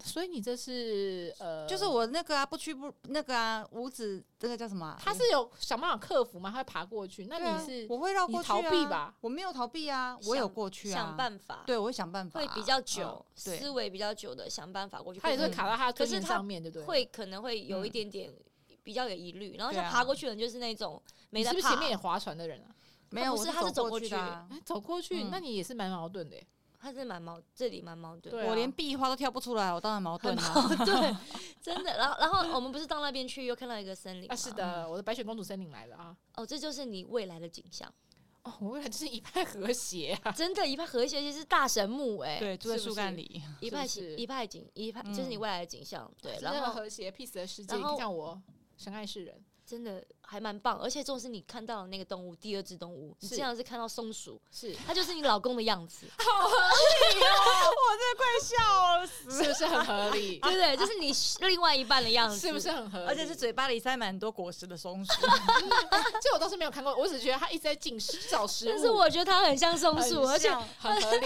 Speaker 2: 所以你这是呃，
Speaker 3: 就是我那个啊，不屈不那个啊，五指这个叫什么啊？
Speaker 2: 他是有想办法克服吗？他会爬过去？那
Speaker 3: 对啊
Speaker 2: 你是
Speaker 3: 我会绕过
Speaker 2: 你
Speaker 3: 去啊
Speaker 2: 逃避吧？
Speaker 3: 我没有逃避啊，我有过去啊，
Speaker 4: 想办法，
Speaker 3: 对，我会想办法啊，
Speaker 4: 会比较久，
Speaker 3: 嗯对
Speaker 4: 思维比较久的想办法过去。
Speaker 2: 他也是会
Speaker 4: 可
Speaker 2: 卡到他的
Speaker 4: 可
Speaker 2: 尊
Speaker 4: 是
Speaker 2: 严
Speaker 4: 他
Speaker 2: 上面，对不对？
Speaker 4: 能会可能会有一
Speaker 3: 嗯
Speaker 4: 点点比较有疑虑，然后
Speaker 3: 对
Speaker 4: 像
Speaker 3: 啊
Speaker 4: 爬过去的人就是那种没
Speaker 2: 你
Speaker 4: 在
Speaker 2: 是不是
Speaker 4: 怕
Speaker 2: 前，面也划船的人啊？
Speaker 3: 没有，
Speaker 4: 不是
Speaker 3: 我
Speaker 4: 他是走
Speaker 3: 过
Speaker 4: 过
Speaker 3: 的啊。
Speaker 2: 哎走过去，
Speaker 3: 嗯
Speaker 2: 那你也是蛮矛盾的耶。
Speaker 4: 他是蛮矛，这里蛮矛盾的，
Speaker 2: 对啊
Speaker 3: 我连壁花都跳不出来，我当然矛盾啊。
Speaker 4: (laughs) 对，真的。然后然后我们不是到那边去又看到一个森林
Speaker 2: 啊，
Speaker 4: 吗？
Speaker 2: 是的，我的白雪公主森林来了啊！
Speaker 4: 哦，这就是你未来的景象，
Speaker 2: 哦，我未来就是一派和谐啊！
Speaker 4: 真的，一派和谐，其实是大神木哎，
Speaker 3: 对，住在
Speaker 2: 是不
Speaker 3: 树干
Speaker 2: 是
Speaker 3: 里，
Speaker 4: 一派
Speaker 2: 是不
Speaker 4: 景
Speaker 2: 是
Speaker 4: 一派景一派，这是你
Speaker 3: 嗯
Speaker 4: 未来的景象，对，
Speaker 2: 真
Speaker 4: 然
Speaker 2: 正的
Speaker 4: 后
Speaker 2: 和谐 peace 的世界，
Speaker 4: 然
Speaker 2: 你
Speaker 4: 后
Speaker 2: 看我深爱世人。
Speaker 4: 真的还蛮棒，而且重点是你看到了那个动物，第二只动物，你
Speaker 2: 是啊
Speaker 4: 这样是看到松鼠，
Speaker 2: 是
Speaker 4: 它就是你老公的
Speaker 2: (laughs)
Speaker 4: 样子，
Speaker 3: 我真的快笑死，
Speaker 2: 是不是很合 (laughs) 理？
Speaker 4: 对不对？就是你另外一半的样子，
Speaker 2: 啊是不是？很合理？啊
Speaker 3: 而且是嘴巴里塞满很多果实的松 (laughs) 鼠，
Speaker 2: 这我倒是没有看过，我只觉得他一直在进食找食 (laughs) 物，
Speaker 4: 但是我觉得它很像松鼠，
Speaker 2: 很
Speaker 4: 而且
Speaker 2: 像很合 (laughs) 理，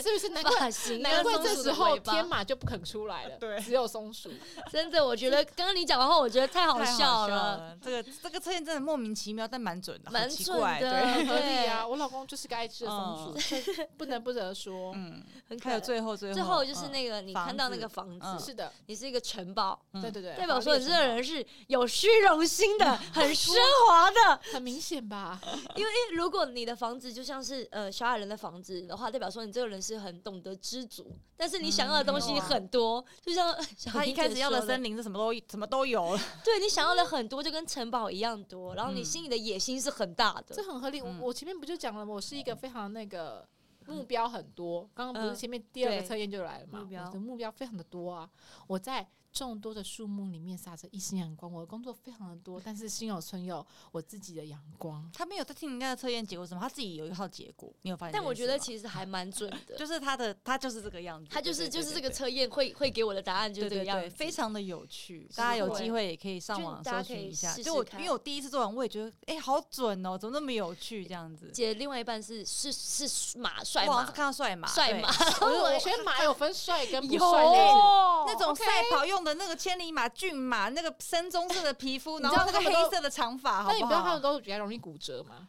Speaker 2: 是不是？难怪
Speaker 4: 发型
Speaker 2: 难
Speaker 4: 跟
Speaker 2: 怪
Speaker 4: 松
Speaker 2: 这
Speaker 4: 鼠
Speaker 2: 时
Speaker 4: 的
Speaker 2: 候
Speaker 4: 尾巴
Speaker 2: 天马就不肯出来了，
Speaker 3: 对
Speaker 2: 只有松鼠。
Speaker 4: 真的，我
Speaker 2: (laughs)
Speaker 4: 觉得刚刚你讲完后，我觉得太好
Speaker 3: 太
Speaker 4: 笑
Speaker 3: 笑
Speaker 4: 了，
Speaker 3: 了。这个这个测验真的莫名其妙，但蛮准的，
Speaker 4: 蛮
Speaker 3: 好奇
Speaker 4: 准
Speaker 3: 怪对， (laughs)
Speaker 4: 的，
Speaker 2: 很合理
Speaker 4: 对
Speaker 2: 啊！，我老公就是个爱吃的松
Speaker 3: 嗯
Speaker 2: 鼠，这不能不得说。
Speaker 3: 嗯，
Speaker 4: 很可
Speaker 3: 还有
Speaker 4: 爱。
Speaker 3: 最后嗯最后
Speaker 4: 最后就是
Speaker 3: 个
Speaker 2: 嗯
Speaker 4: 那个你
Speaker 3: 房
Speaker 4: 看到那
Speaker 3: 子
Speaker 4: 个房
Speaker 3: 嗯
Speaker 4: 子，
Speaker 2: 是的，
Speaker 4: 你是一个城堡，
Speaker 3: 嗯
Speaker 2: 对对对，
Speaker 4: 代表说你这
Speaker 2: 好
Speaker 4: 个
Speaker 2: 猎
Speaker 4: 人是有虚荣心
Speaker 2: (laughs)
Speaker 4: 的，很奢华的。
Speaker 2: 很明显吧？
Speaker 4: 因为如果你的房子就像是呃小矮人的房子的话，代表说你这个人是很懂得知足，但是你想要的东西很多，就像小
Speaker 3: 他一
Speaker 4: 林
Speaker 3: 开
Speaker 4: 姐
Speaker 3: 始要的
Speaker 4: 说的
Speaker 3: 森林是什么都什么都有了，
Speaker 4: 对你想要的很多，就跟城堡一样多，然后你
Speaker 3: 嗯
Speaker 4: 心里的野心是很大
Speaker 2: 这
Speaker 4: 的。
Speaker 2: 很合理。我
Speaker 3: 嗯
Speaker 2: 我前面不就讲了吗？我是一个非常那个目标很多。刚刚不是
Speaker 4: 嗯
Speaker 2: 前面第二个
Speaker 4: 对
Speaker 2: 测验就来了嘛？
Speaker 3: 目标
Speaker 2: 我的目标非常的多啊！我在众多的树木里面洒着一身阳光，我的工作非常的多，但是心有存有我自己的阳
Speaker 3: (laughs)
Speaker 2: 光。
Speaker 3: 他没有在听人家的测验结果是什么，他自己有一套结果，你有发现这件事吗？
Speaker 4: 但我觉得其实还蛮准的，
Speaker 3: 就是他的他就是这个样子，
Speaker 4: 他就是
Speaker 3: 对
Speaker 4: 就是这个。
Speaker 3: 对对对
Speaker 4: 测验会会给我的答案就是
Speaker 3: 对
Speaker 4: 这个
Speaker 3: 对
Speaker 4: 样
Speaker 3: 对，
Speaker 4: 子，
Speaker 3: 非常的有趣，
Speaker 4: 是
Speaker 3: 大家有
Speaker 4: 会
Speaker 3: 机会也可以上
Speaker 4: 就
Speaker 3: 网
Speaker 4: 大家
Speaker 3: 搜
Speaker 4: 可
Speaker 3: 寻
Speaker 4: 以
Speaker 3: 一下。
Speaker 4: 试
Speaker 3: 就
Speaker 4: 试
Speaker 3: 我因
Speaker 4: 看
Speaker 3: 为我第一次做完，我也觉得哎、好准哦，怎么那么有趣这样子？
Speaker 4: 姐另外一半是是是马帅
Speaker 3: 我好
Speaker 4: 马
Speaker 3: 像是看到帅马，
Speaker 4: 帅
Speaker 3: 对
Speaker 4: 马
Speaker 2: 我
Speaker 3: Oh
Speaker 2: 我觉得马有分帅跟不
Speaker 4: 有
Speaker 2: 帅那
Speaker 4: 哦
Speaker 3: 那种
Speaker 2: OK
Speaker 3: 赛跑用的那个千里马、骏马，那个深棕色的
Speaker 4: (laughs)
Speaker 3: 皮肤，
Speaker 2: 你知
Speaker 3: 然
Speaker 2: 道
Speaker 3: 后那个
Speaker 2: 他们都
Speaker 3: 黑色的长发，好
Speaker 2: 那你
Speaker 3: 不
Speaker 2: 不知道他
Speaker 3: 好
Speaker 2: 们？都比较容易骨折吗？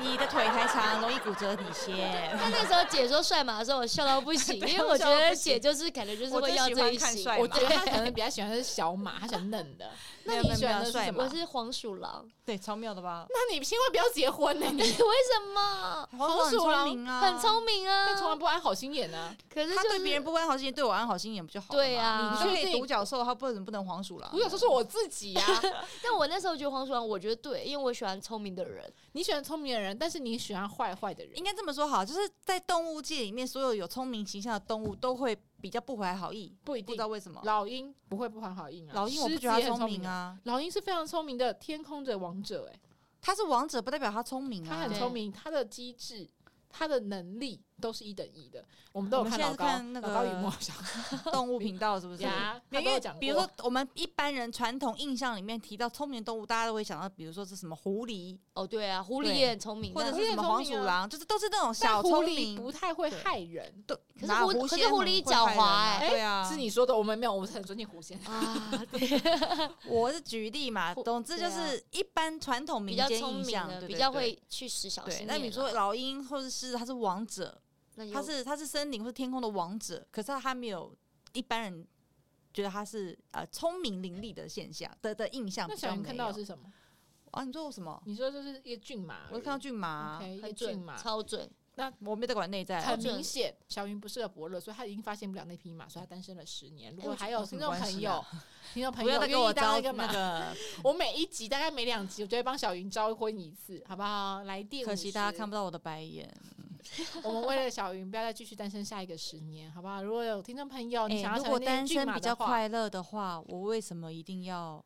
Speaker 3: 你的腿太长，容易骨折，你先。
Speaker 4: 但那时候姐说帅马的时候，我笑到不 (laughs) 行，因为我觉得姐就是感觉就是会要这一型。
Speaker 2: 我
Speaker 3: 我
Speaker 2: 觉
Speaker 3: 就
Speaker 2: 得他可能比较喜欢的是小马，他喜欢嫩的。那你喜欢的是
Speaker 3: 帅
Speaker 2: 什
Speaker 3: 马
Speaker 2: 么？
Speaker 4: 我是黄鼠狼，
Speaker 3: (laughs) 对，超妙的吧？
Speaker 2: 那你千万不要结婚
Speaker 3: 嗯
Speaker 2: 呢、
Speaker 4: (laughs) 为
Speaker 2: 你
Speaker 4: 什么？
Speaker 3: 黄鼠
Speaker 2: 鼠
Speaker 3: 狼
Speaker 2: 狼
Speaker 3: 很聪明啊，
Speaker 4: 很
Speaker 2: 对
Speaker 4: 聪明
Speaker 2: 从来
Speaker 4: 啊，
Speaker 2: 不安好心眼
Speaker 3: (laughs)
Speaker 2: 啊！
Speaker 4: 可是
Speaker 3: 他
Speaker 4: 就
Speaker 3: 对
Speaker 4: 是
Speaker 3: 别人不安好心眼，对我安好心眼不就好了吗？
Speaker 4: 对啊
Speaker 3: 你就可
Speaker 2: 确
Speaker 3: 以
Speaker 2: 定
Speaker 3: 独角兽，他不能不能黄鼠狼？啊
Speaker 2: 我有时候是我自己啊呀、
Speaker 3: 嗯
Speaker 4: 但我那时候觉得黄鼠狼，我觉得对，因为我喜欢聪明的人，
Speaker 2: (laughs) 你喜欢聪明的人，但是你喜欢坏坏的人
Speaker 3: 应。该这么说好，就是在动物界里面，所有有聪明形象的动物都会比较不怀好意，
Speaker 2: 不一定
Speaker 3: 不知道为什么。
Speaker 2: 老鹰不会不怀好意啊，
Speaker 3: 老鹰我不
Speaker 2: 狮子
Speaker 3: 觉得
Speaker 2: 也
Speaker 3: 它
Speaker 2: 很
Speaker 3: 聪
Speaker 2: 聪
Speaker 3: 明
Speaker 2: 啊。
Speaker 3: 啊，
Speaker 2: 老鹰是非常聪明的天空的王者、欸，
Speaker 3: 它是王者不代表它聪明啊。
Speaker 2: 他很
Speaker 4: 对
Speaker 2: 聪明，他的机智、他的能力都是一等一的。我们都
Speaker 3: 嗯我
Speaker 2: 有
Speaker 3: 们
Speaker 2: 看
Speaker 3: 现在
Speaker 2: 老
Speaker 3: 是
Speaker 2: 高，
Speaker 3: 看那
Speaker 2: 老高与
Speaker 3: 个
Speaker 2: 莫小
Speaker 3: 动物频道是不是？
Speaker 2: 呀，
Speaker 3: 没
Speaker 2: 他都有
Speaker 3: 有因为
Speaker 2: 讲过。
Speaker 3: 比如说，我们一般人传统印象里面提到聪明动物，大家都会想到，比如说是什么狐狸，
Speaker 4: 哦对啊，狐狸
Speaker 3: 对
Speaker 4: 也很聪明，
Speaker 3: 或者
Speaker 4: 但
Speaker 3: 是什么黄鼠狼，就是都是那种
Speaker 2: 但
Speaker 3: 小
Speaker 2: 狐
Speaker 3: 聪
Speaker 2: 狸
Speaker 3: 明。
Speaker 2: 不太会
Speaker 3: 对
Speaker 2: 害人，
Speaker 3: 对，
Speaker 4: 是
Speaker 3: 哪
Speaker 4: 狐
Speaker 3: 狐
Speaker 4: 可是
Speaker 3: 仙
Speaker 4: 狐
Speaker 3: 很
Speaker 4: 狸
Speaker 3: 会
Speaker 4: 狡
Speaker 3: 害
Speaker 4: 猾
Speaker 3: 人啊
Speaker 4: 欸
Speaker 3: 对啊，
Speaker 2: 哎是你说的，我们没有，我们很尊敬狐
Speaker 3: (laughs)
Speaker 2: 仙。
Speaker 4: 啊，对
Speaker 3: 我是举例嘛，
Speaker 4: 狐
Speaker 3: 总之
Speaker 4: 对
Speaker 3: 就
Speaker 4: 啊
Speaker 3: 是一般传统
Speaker 4: (laughs) 比
Speaker 3: 民
Speaker 4: 较
Speaker 3: 间
Speaker 4: 聪
Speaker 3: (laughs) 印
Speaker 4: 明
Speaker 3: 象，对
Speaker 4: 的，
Speaker 3: 对
Speaker 4: 比较
Speaker 3: 对
Speaker 4: 会去使小心眼
Speaker 3: 对，
Speaker 4: 啦。
Speaker 3: 那你说老鹰或者是它是王者，
Speaker 4: 那就，
Speaker 3: 它是它是森林或是天空的王者，可是它没有一般人觉得它是呃聪明伶俐的现象的的印象
Speaker 2: 那
Speaker 3: 比
Speaker 2: 小
Speaker 3: 较
Speaker 2: 云
Speaker 3: 没
Speaker 2: 看到
Speaker 3: 有
Speaker 2: 的。是什么？
Speaker 3: 啊，你说我什么？
Speaker 2: 你说就是一个骏马而已，
Speaker 3: 我就看到骏马啊，
Speaker 2: OK，一个
Speaker 4: 很
Speaker 2: 骏
Speaker 4: 准，
Speaker 2: 马，
Speaker 4: 超准，
Speaker 3: 我没在管内在
Speaker 2: 很
Speaker 3: 啊，
Speaker 4: 准
Speaker 2: 明显，小云不适合伯乐，所以他已经发现不了那匹马，所以他单身了十年。如果
Speaker 4: 我
Speaker 2: 还有
Speaker 3: 有什
Speaker 2: 听
Speaker 3: 么
Speaker 2: 众
Speaker 3: 关
Speaker 2: 朋
Speaker 3: 系
Speaker 2: 友
Speaker 3: 啊，
Speaker 2: 听众朋
Speaker 3: 不要
Speaker 2: 友愿
Speaker 3: 再给我
Speaker 2: 意当
Speaker 3: 招
Speaker 2: 一个
Speaker 3: 那
Speaker 2: 马，
Speaker 3: 个，
Speaker 2: 我每一集大概每两集，我就会帮小云招婚一次，好不好？来 (laughs) 电，
Speaker 3: 可惜大家看不到我的白眼。
Speaker 2: 到。我们为了小云不要再继续单身下一个十年，好不好？如果有听众朋友哦你
Speaker 3: 哎
Speaker 2: 想要
Speaker 3: 如
Speaker 2: 成
Speaker 3: 果
Speaker 2: 为那
Speaker 3: 单
Speaker 2: 个骏
Speaker 3: 身
Speaker 2: 马
Speaker 3: 比
Speaker 2: 的
Speaker 3: 较
Speaker 2: 话，
Speaker 3: 快乐的话，我为什么一定要？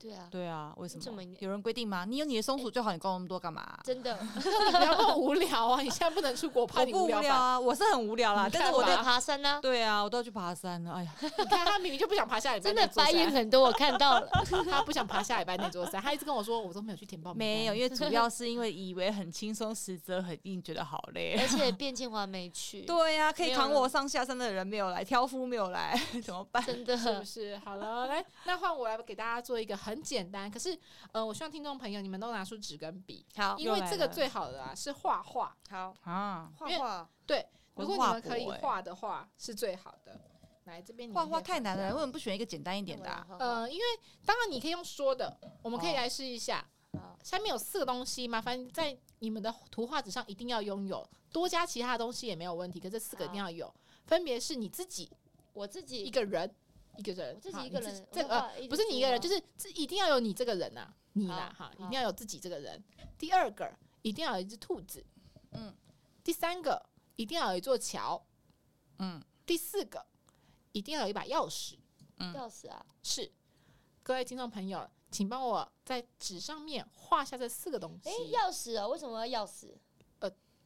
Speaker 4: 对啊，
Speaker 3: 对啊，为什
Speaker 4: 这
Speaker 3: 么哎
Speaker 4: 么？
Speaker 3: 有人规定吗？你有你的松鼠就好，你管我那么多干嘛？
Speaker 4: 真的，
Speaker 2: 你不要那么无聊啊！你现在不能出国，怕
Speaker 3: 我
Speaker 2: 你
Speaker 3: 不
Speaker 2: 聊
Speaker 3: 聊
Speaker 2: 吧。
Speaker 3: 啊，我是很无 (laughs) 聊啦，
Speaker 2: 你
Speaker 3: 但是
Speaker 2: 看
Speaker 3: 我
Speaker 2: 吧
Speaker 3: 对
Speaker 4: 要爬山呢，
Speaker 3: 对啊，我都要去爬山了。哎呀，
Speaker 2: 你看他明明就不想爬下礼拜，
Speaker 4: 真的白眼，很多，我看到了，
Speaker 2: 他不想爬下礼拜那座山，他一直跟我说我都没有去填报名单，
Speaker 3: 没 (laughs) 有，因为主要是因为以为很轻松，实则很硬，觉得好累。
Speaker 4: 而且卞庆华没去，
Speaker 3: (laughs) 对呀、可
Speaker 4: 没
Speaker 3: 以
Speaker 4: 有
Speaker 3: 扛
Speaker 4: 人
Speaker 3: 我上下山的人没有来，挑夫没有来， (laughs) 怎么办？
Speaker 4: 真
Speaker 2: (laughs)
Speaker 4: 的
Speaker 2: 是
Speaker 3: (laughs)
Speaker 2: 不是？好了，来，那换我来给大家做一个很简单，可是，呃，我希望听众朋友你们都拿出纸跟笔，
Speaker 4: 好
Speaker 2: 因为
Speaker 3: 又来
Speaker 2: 这个
Speaker 3: 了
Speaker 2: 最好的啊是画画，
Speaker 4: 好
Speaker 3: 啊，
Speaker 2: 因为
Speaker 4: 画，
Speaker 3: 我
Speaker 2: 如果你
Speaker 3: 是画
Speaker 2: 们可以
Speaker 3: 博欸
Speaker 2: 画的话是最好的。来这边你
Speaker 3: 画
Speaker 2: 们
Speaker 3: 画
Speaker 2: 可以
Speaker 3: 太难
Speaker 2: 一
Speaker 3: 嗯了，
Speaker 2: 下
Speaker 3: 为什么不选一个简单一点的、啊？
Speaker 4: 呃，
Speaker 2: 呃，因为当然你可以用说的，我们可以
Speaker 3: 哦
Speaker 2: 来试一下。
Speaker 4: 好
Speaker 2: 下面有四个东西，麻烦在你们的图画纸上一定要拥有，多加其他的东西也没有问题。可这四个一定要有，分别是你自己
Speaker 4: 我自己
Speaker 2: 一个人，一个人，
Speaker 4: 我自
Speaker 2: 好
Speaker 4: 己一啊
Speaker 2: 你
Speaker 4: 个人，
Speaker 2: 这个呃不是你一个人，就是是这一定要有你这个人啊，你啦哈
Speaker 4: 好，
Speaker 2: 一定要有自己这个人。第二个，一定要有一只兔子，
Speaker 3: 嗯，
Speaker 2: 第三个，一定要有一座桥，
Speaker 3: 嗯，
Speaker 2: 第四个，一定要有一把钥匙。
Speaker 4: 钥匙啊，
Speaker 2: 是，各位听众朋友，请帮我在纸上面画下这四个东西。
Speaker 4: 哎，钥匙哦，为什么要钥匙？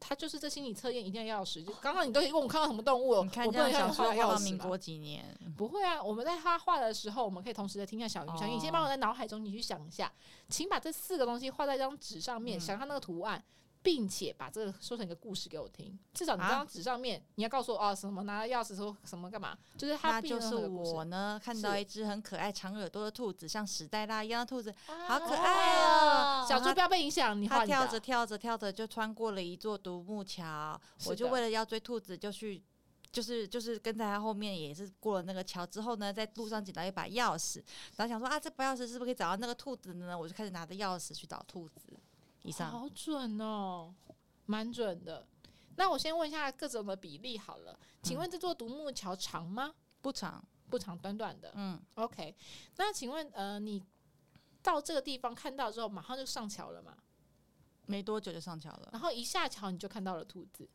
Speaker 2: 它就是这心理测验一定要钥匙。就刚刚你都问我看到什么动物了，
Speaker 3: 你看
Speaker 2: 我
Speaker 3: 这
Speaker 2: 不能
Speaker 3: 样小
Speaker 2: 让你
Speaker 3: 说
Speaker 2: 画
Speaker 3: 画
Speaker 2: 钥
Speaker 3: 到
Speaker 2: 匙
Speaker 3: 民
Speaker 2: 吧
Speaker 3: 国几年？
Speaker 2: 不会啊，我们在他画的时候，我们可以同时的听一下小鱼。小鱼，你
Speaker 3: 哦
Speaker 2: 先帮我在脑海中你去想一下，请把这四个东西画在一张纸上面，
Speaker 3: 嗯
Speaker 2: 想象那个图案，并且把这个说成一个故事给我听。至少你这
Speaker 3: 啊
Speaker 2: 张纸上面，你要告诉我啊，什么拿钥匙说什么干嘛，就是他
Speaker 3: 那
Speaker 2: 并
Speaker 3: 就
Speaker 2: 没有
Speaker 3: 是
Speaker 2: 那个故事
Speaker 3: 我呢，看到
Speaker 2: 是
Speaker 3: 一只很可爱长耳朵的兔子，像史黛拉一样的兔子，
Speaker 2: 啊
Speaker 3: 好可爱
Speaker 4: 啊
Speaker 3: 哦！
Speaker 2: 小
Speaker 3: 然后
Speaker 2: 猪不要被影响，你画
Speaker 3: 它
Speaker 2: 你的啊
Speaker 3: 跳着跳着跳着就穿过了一座独木桥，
Speaker 2: 是
Speaker 3: 我就
Speaker 2: 的
Speaker 3: 为了要追兔子，就去。就是就是跟在它后面，也是过了那个桥之后呢，在路上捡到一把钥匙，然后想说啊，这把钥匙是不是可以找到那个兔子呢？我就开始拿着钥匙去找兔子。以上，
Speaker 2: 好准哦，蛮准的。那我先问一下各种的比例好了，
Speaker 3: 嗯
Speaker 2: 请问这座独木桥长吗？
Speaker 3: 不长，
Speaker 2: 不长，短短的。
Speaker 3: 嗯，
Speaker 2: OK，那请问呃，你到这个地方看到之后，马上就上桥了嘛？
Speaker 3: 没多久就上桥了。
Speaker 2: 然后一下桥你就看到了兔子，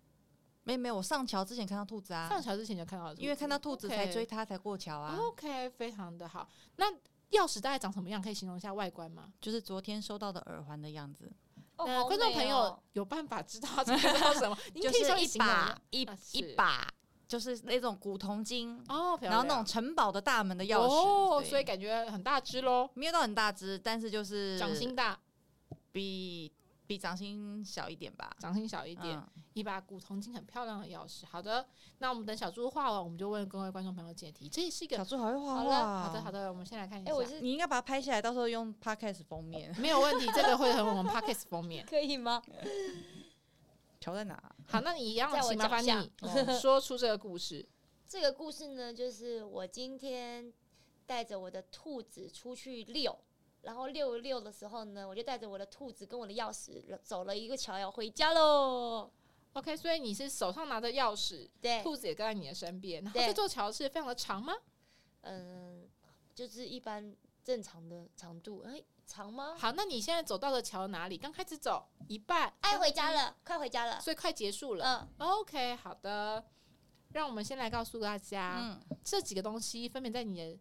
Speaker 3: 没没有，我上桥之前看到兔子啊，
Speaker 2: 上桥之前就看到了兔子，
Speaker 3: 因为看到兔子
Speaker 2: OK 哦
Speaker 3: 才追。它才过桥啊。
Speaker 2: OK，非常的好。那钥匙大概长什么样？可以形容一下外观吗？
Speaker 3: 就是昨天收到的耳环的样子，
Speaker 4: 哦，
Speaker 2: 呃，
Speaker 4: 好
Speaker 2: 观众
Speaker 4: 美
Speaker 2: 朋
Speaker 4: 哦
Speaker 2: 友有办法知道这个叫什么？你
Speaker 3: 就
Speaker 2: 可以说
Speaker 3: 是一
Speaker 2: 形容
Speaker 3: 把
Speaker 2: 下
Speaker 3: 一
Speaker 2: 啊
Speaker 3: 一
Speaker 2: 是
Speaker 3: 把，就是那种古铜金，
Speaker 2: 哦，漂
Speaker 3: 然后那
Speaker 2: 亮
Speaker 3: 种城堡的大门的钥匙，
Speaker 2: 哦，
Speaker 3: 对
Speaker 2: 所以感觉很大只喽，
Speaker 3: 没有到很大只，但是就是
Speaker 2: 掌心大，
Speaker 3: 比比掌心小一点吧，
Speaker 2: 掌心小一点。
Speaker 3: 嗯
Speaker 2: 一把古铜金很漂亮的钥匙。好的，那我们等小猪画完，我们就问各位观众朋友解题。这是一个
Speaker 3: 小猪好会画
Speaker 2: 好
Speaker 3: 画，
Speaker 2: 了，好的好。的，我们先来看一下。
Speaker 4: 哎，我是
Speaker 3: 你应该把它拍下来，到时候用 podcast 封面
Speaker 2: (laughs) 没有问题，这个会成为 (laughs) 我们 podcast 封面。
Speaker 4: 可以吗？
Speaker 3: 调在哪？
Speaker 2: 好，那你一样，
Speaker 4: 在我
Speaker 2: 请麻
Speaker 4: 脚
Speaker 2: 烦 (laughs)
Speaker 4: 下
Speaker 2: 你哦说出这个故事。
Speaker 4: 这个故事呢，就是我今天带着我的兔子出去遛，然后遛一遛的时候呢，我就带着我的兔子跟我的钥匙走了一个桥，要回家喽。
Speaker 2: OK，所以你是手上拿着钥匙，
Speaker 4: 对，
Speaker 2: 兔子也跟在你的身边，然后
Speaker 4: 对
Speaker 2: 这座桥是非常的长吗？
Speaker 4: 嗯，就是一般正常的长度，哎，长吗？
Speaker 2: 好，那你现在走到了桥哪里？刚开始走一半，
Speaker 4: 哎，回家了，快回家了。
Speaker 2: 所以快结束了。
Speaker 4: 嗯，
Speaker 2: OK，好的，让我们先来告诉大家，
Speaker 3: 嗯
Speaker 2: 这几个东西分别在你的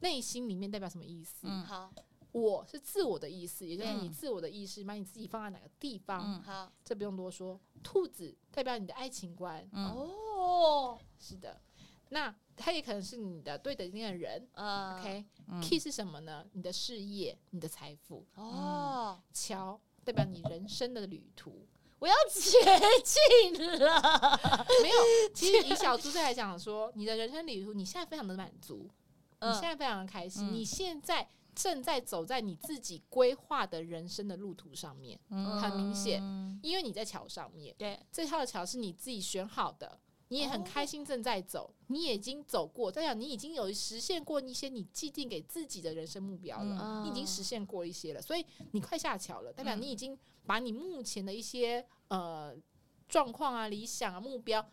Speaker 2: 内心里面代表什么意思？
Speaker 3: 嗯
Speaker 4: 好，
Speaker 2: 我是自我的意思，也就是
Speaker 3: 对
Speaker 2: 你自我的意识，把你自己放在哪个地方，
Speaker 3: 嗯
Speaker 4: 好，
Speaker 2: 这不用多说。兔子代表你的爱情观，
Speaker 3: 嗯，
Speaker 4: 哦，
Speaker 2: 是的。那它也可能是你的对的那个人。
Speaker 4: 嗯
Speaker 2: OK，key、
Speaker 3: 嗯
Speaker 2: Key 是什么呢？你的事业、你的财富。
Speaker 4: 哦，
Speaker 2: 桥代表你人生的旅途。
Speaker 4: 我要绝境了。
Speaker 2: 没
Speaker 3: (laughs)
Speaker 2: 有，其实以小猪队来讲说，你的人生旅途，你现在非常的满足，你现
Speaker 4: 嗯，
Speaker 2: 在非常的开心，
Speaker 3: 嗯
Speaker 2: 你现在正在走在你自己规划的人生的路途上面，
Speaker 3: 嗯
Speaker 2: 很明显，
Speaker 3: 嗯
Speaker 2: 因为你在桥上面。
Speaker 4: 对，
Speaker 2: 这条桥是你自己选好的，你也很
Speaker 4: 哦
Speaker 2: 开心正在走，你也已经走过，代表你已经有实现过一些你既定给自己的人生目标了，
Speaker 4: 嗯
Speaker 2: 你已经实现过一些了，所以你快下桥了，代表
Speaker 3: 啊嗯
Speaker 2: 你已经把你目前的一些呃状况啊、理想啊、目标。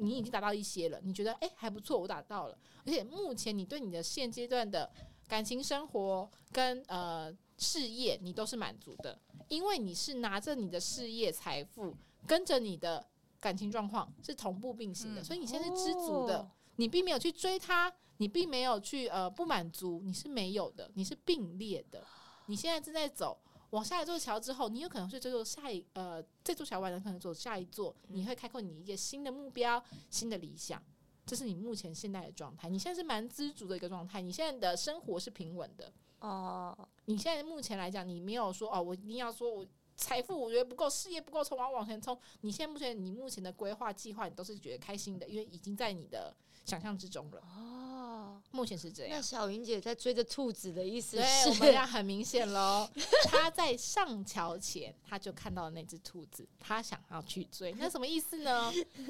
Speaker 2: 你已经达到一些了，你觉得诶还不错，我达到了。而且目前你对你的现阶段的感情生活跟呃事业，你都是满足的，因为你是拿着你的事业财富跟着你的感情状况是同步并行的，
Speaker 3: 嗯
Speaker 2: 所以你现在是知足的，
Speaker 4: 哦
Speaker 2: 你并没有去追它，你并没有去呃不满足，你是没有的，你是并列的，你现在正在走。往下一座桥之后，你有可能是这座下一呃这座桥完了，可能走下一座，你会开阔你一个新的目标、新的理想，这是你目前现在的状态。你现在是蛮知足的一个状态，你现在的生活是平稳的，
Speaker 4: 哦，
Speaker 2: 你现在目前来讲，你没有说哦，我一定要说我财富我觉得不够，事业不够，从往往前冲。你现在目前你目前的规划计划，你都是觉得开心的，因为已经在你的想象之中了。
Speaker 4: 哦，
Speaker 2: 目前是这
Speaker 4: 那
Speaker 2: 样，
Speaker 4: 小云姐在追着兔子的意思
Speaker 2: 啊对，我
Speaker 4: 是，
Speaker 2: 们俩很明显
Speaker 4: (laughs)
Speaker 2: 喽。他在上桥前，他就看到了那只兔子，他想要去追，那什么意思呢？
Speaker 4: (laughs)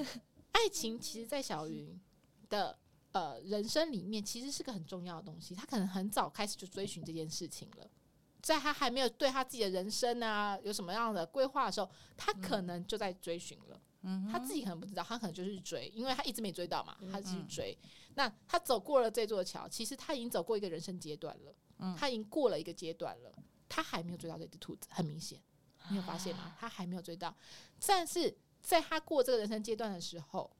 Speaker 2: 爱情其实，在小云的。呃，人生里面其实是个很重要的东西，他可能很早开始就追寻这件事情了。在他还没有对他自己的人生啊有什么样的规划的时候，他可能就在追寻了。
Speaker 3: 嗯
Speaker 2: 他自己可能不知道，他可能就是追，因为他一直没追到嘛，他去
Speaker 3: 嗯
Speaker 2: 追。那他走过了这座桥，其实他已经走过一个人生阶段了，
Speaker 3: 嗯
Speaker 2: 他已经过了一个阶段了，他还没有追到这只兔子，很明显，你有发现
Speaker 3: (laughs)
Speaker 2: 吗？他还没有追到，但是在他过这个人生阶段的时候，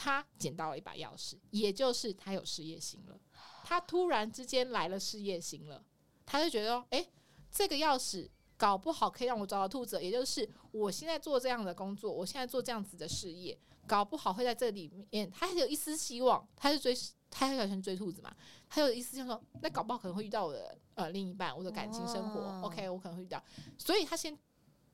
Speaker 2: 他捡到了一把钥匙，也就是他有事业心了，他突然之间来了事业心了。他就觉得，哎、这个钥匙搞不好可以让我找到兔子，也就是我现在做这样的工作，我现在做这样子的事业，搞不好会在这里面，他还有一丝希望，他是追，他很喜欢追兔子嘛，他有一丝希望说，那搞不好可能会遇到我的呃另一半，我的感情生活、
Speaker 3: 哦
Speaker 2: o k 我可能会遇到，所以他先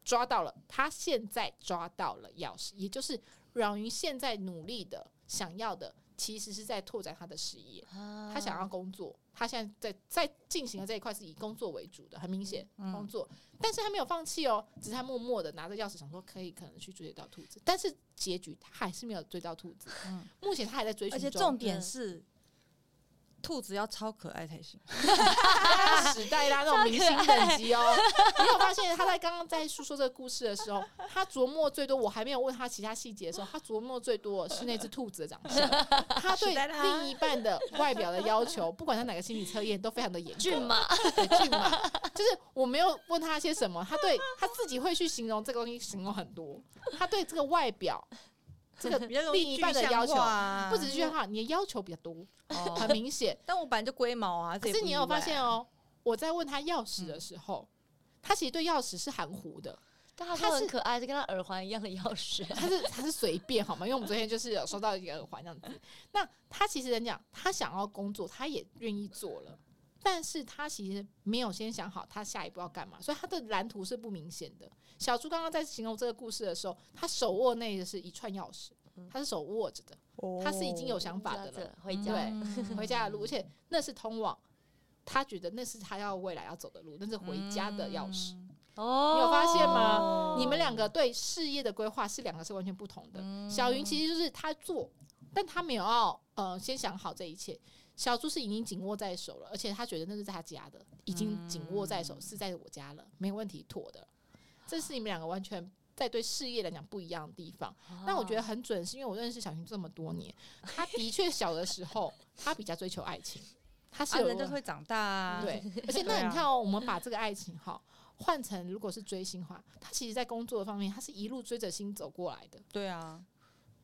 Speaker 2: 抓到了，他现在抓到了钥匙，也就是阮云现在努力的想要的，其实是在拓展他的事业。他
Speaker 4: 啊
Speaker 3: 他
Speaker 2: 想要工作，他现在在在进行的这一块是以工作为主的，很明显
Speaker 3: 嗯
Speaker 2: 工作，但是他没有放弃哦，只是他默默的拿着钥匙想说可以可能去追得到兔子，但是结局他还是没有追到兔子，
Speaker 3: 嗯
Speaker 2: 目前他还在追寻
Speaker 3: 而
Speaker 2: 中，(laughs)
Speaker 3: 且重点
Speaker 4: 嗯
Speaker 3: 是，兔子要超可爱
Speaker 2: (laughs)
Speaker 3: 才行。
Speaker 2: 大时代啦，那种明星等级哦。你有发现他在刚刚在诉说这个故事的时候，他琢磨最多，我还没有问他其他细节的时候，他琢磨最多的是那只兔子的长相，他对
Speaker 3: 时代啦
Speaker 2: 另一半的外表的要求，不管他哪个心理测验都非常的严格。
Speaker 4: 骏 (laughs) 马，
Speaker 2: 对骏马，就是我没有问他些什么，他对他自己会去形容这个东西，形容很多。他对这个外表，这个
Speaker 3: 比较容
Speaker 2: 另
Speaker 3: 易
Speaker 2: 一
Speaker 3: 具
Speaker 2: 半的要
Speaker 3: 象
Speaker 2: 求
Speaker 3: 化，啊，
Speaker 2: 不只是句话，你的要求比较多，很
Speaker 3: 哦。
Speaker 2: 明显。
Speaker 3: 但我本来就龟毛啊， (laughs) 这
Speaker 2: 可
Speaker 3: 也
Speaker 2: 是
Speaker 3: 不
Speaker 2: 你
Speaker 3: 意
Speaker 2: 有发
Speaker 3: 外嗯
Speaker 2: 现
Speaker 3: 啊，
Speaker 2: 哦，我在问他钥匙的时候，他其实对钥匙是含糊的，
Speaker 4: 但他
Speaker 2: 他
Speaker 4: 说
Speaker 2: 是
Speaker 4: 很可爱，是跟他耳环一样的钥匙。
Speaker 2: 他是 (laughs) 他是随便好吗？因为我们昨天就是有收到一个耳环这样子。那他其实人讲，他想要工作，他也愿意做了，但是他其实没有先想好他下一步要干嘛，所以他的蓝图是不明显的。小猪刚刚在形容这个故事的时候，他手握那个是一串钥匙，他是手握着的，他是已经有想
Speaker 4: (laughs)
Speaker 2: 法的
Speaker 4: 这样
Speaker 2: 了
Speaker 4: 子，回家
Speaker 2: 对
Speaker 3: 嗯
Speaker 2: 回家的路，而且那是通往他觉得那是他要未来要走的路，那是回家的钥匙。
Speaker 3: 嗯
Speaker 4: 哦
Speaker 2: 你有发现吗
Speaker 3: 哦
Speaker 2: 你们两个对事业的规划是两个是完全不同的。
Speaker 3: 嗯
Speaker 2: 小云其实就是他做，但他没有要呃先想好这一切。小猪是已经紧握在手了，而且他觉得那是他家的，已经紧握在
Speaker 3: 嗯
Speaker 2: 手，是在我家了，没问题，妥的。这是你们两个完全在对事业来讲不一样的地方。
Speaker 3: 啊
Speaker 2: 但我觉得很准，是因为我认识小云这么多年，他的确小的时候他比较追求爱情，他是
Speaker 3: 啊，
Speaker 2: 有
Speaker 3: 人就会长大啊。 (laughs)
Speaker 2: 对，而且
Speaker 3: 对
Speaker 2: 那
Speaker 3: 啊
Speaker 2: 你看哦，我们把这个爱情哈换成如果是追星的话，他其实在工作方面，他是一路追着星走过来的，
Speaker 3: 对啊，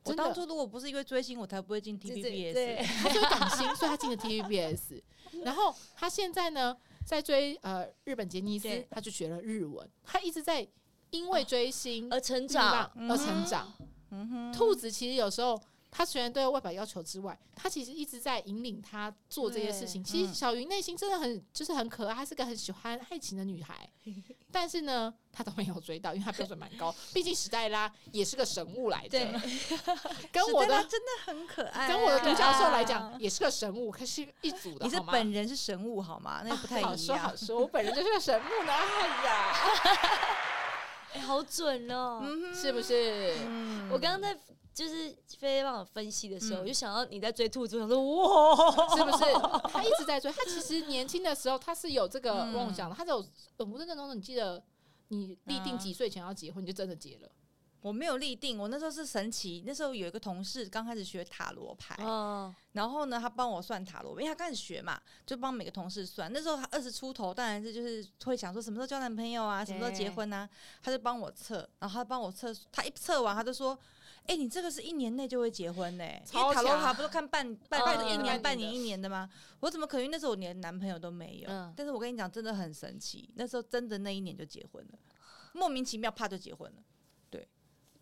Speaker 3: 我
Speaker 2: 真的
Speaker 3: 当初如果不是因为追星，我才不会进
Speaker 4: 这这
Speaker 3: (laughs) TVBS。
Speaker 4: 对
Speaker 2: 他就港星，所以他进了
Speaker 3: (laughs)
Speaker 2: TVBS，然后他现在呢在追呃日本杰尼斯
Speaker 3: 对，哦
Speaker 2: 他就学了日文，他一直在因为追星
Speaker 4: 而成长，
Speaker 2: 而成长。
Speaker 3: 嗯哼，
Speaker 2: 兔子其实有时候。他虽然对外表要求之外，他其实一直在引领他做这些事情。其实
Speaker 3: 嗯
Speaker 2: 小云内心真的很就是很可爱，她是个很喜欢爱情的女
Speaker 3: (laughs)
Speaker 2: 孩，但是呢，她都没有追到，因为她标准蛮高。毕竟史黛拉也是个神物来
Speaker 3: (laughs)
Speaker 2: 着，跟我
Speaker 3: 史黛拉
Speaker 2: 的
Speaker 3: 真的很可爱啊，
Speaker 2: 跟我的独角兽来
Speaker 3: 对
Speaker 2: 讲
Speaker 3: 啊，
Speaker 2: 也是个神物，可是一组的
Speaker 3: 你是
Speaker 2: 好吗啊
Speaker 3: 本人是神物好吗？那不太
Speaker 2: 好
Speaker 3: 一
Speaker 2: 说好
Speaker 3: 样。
Speaker 2: 说，我本人就是个神木呢，哎呀，
Speaker 4: 哎好准哦！
Speaker 3: 嗯哼
Speaker 2: 是不是？
Speaker 3: 嗯
Speaker 4: 我刚刚在就是菲菲帮我分析的时候，
Speaker 3: 嗯
Speaker 4: 我就想到你在追兔子，我想说
Speaker 2: (laughs)
Speaker 4: 哇，
Speaker 2: 是不
Speaker 3: (laughs)
Speaker 2: 是？他一直在追。他其实年轻的时候，他是有这个
Speaker 3: 嗯
Speaker 2: 梦想的。他是有，呃无论正中，你记得你立定
Speaker 3: 嗯
Speaker 2: 几岁前要结婚，你就真的结了。
Speaker 3: 我没有立定，我那时候是神奇。那时候有一个同事刚开始学塔罗牌，
Speaker 2: 哎
Speaker 4: 哦，
Speaker 3: 然后呢，他帮我算塔罗，因为他刚开始学嘛，就帮每个同事算。那时候他二十出头，当然是就是会想说什么时候交男朋友啊，什么时候结婚啊，他就帮我测，然后他帮我测，他一测完他就说：“哎、你这个是一年内就会结婚呢、因
Speaker 2: 超
Speaker 3: 为塔罗
Speaker 2: 强嗯
Speaker 3: 牌不是看半半
Speaker 4: 半
Speaker 2: 半
Speaker 4: 年
Speaker 3: 半一
Speaker 2: 年
Speaker 3: 年、半
Speaker 2: 的
Speaker 3: 年、一年的吗？我怎么可能？因为那时候我连男朋友都没有。
Speaker 4: 嗯
Speaker 3: 但是我跟你讲，真的很神奇，那时候真的那一年就结婚了，莫名其妙啪就结婚了，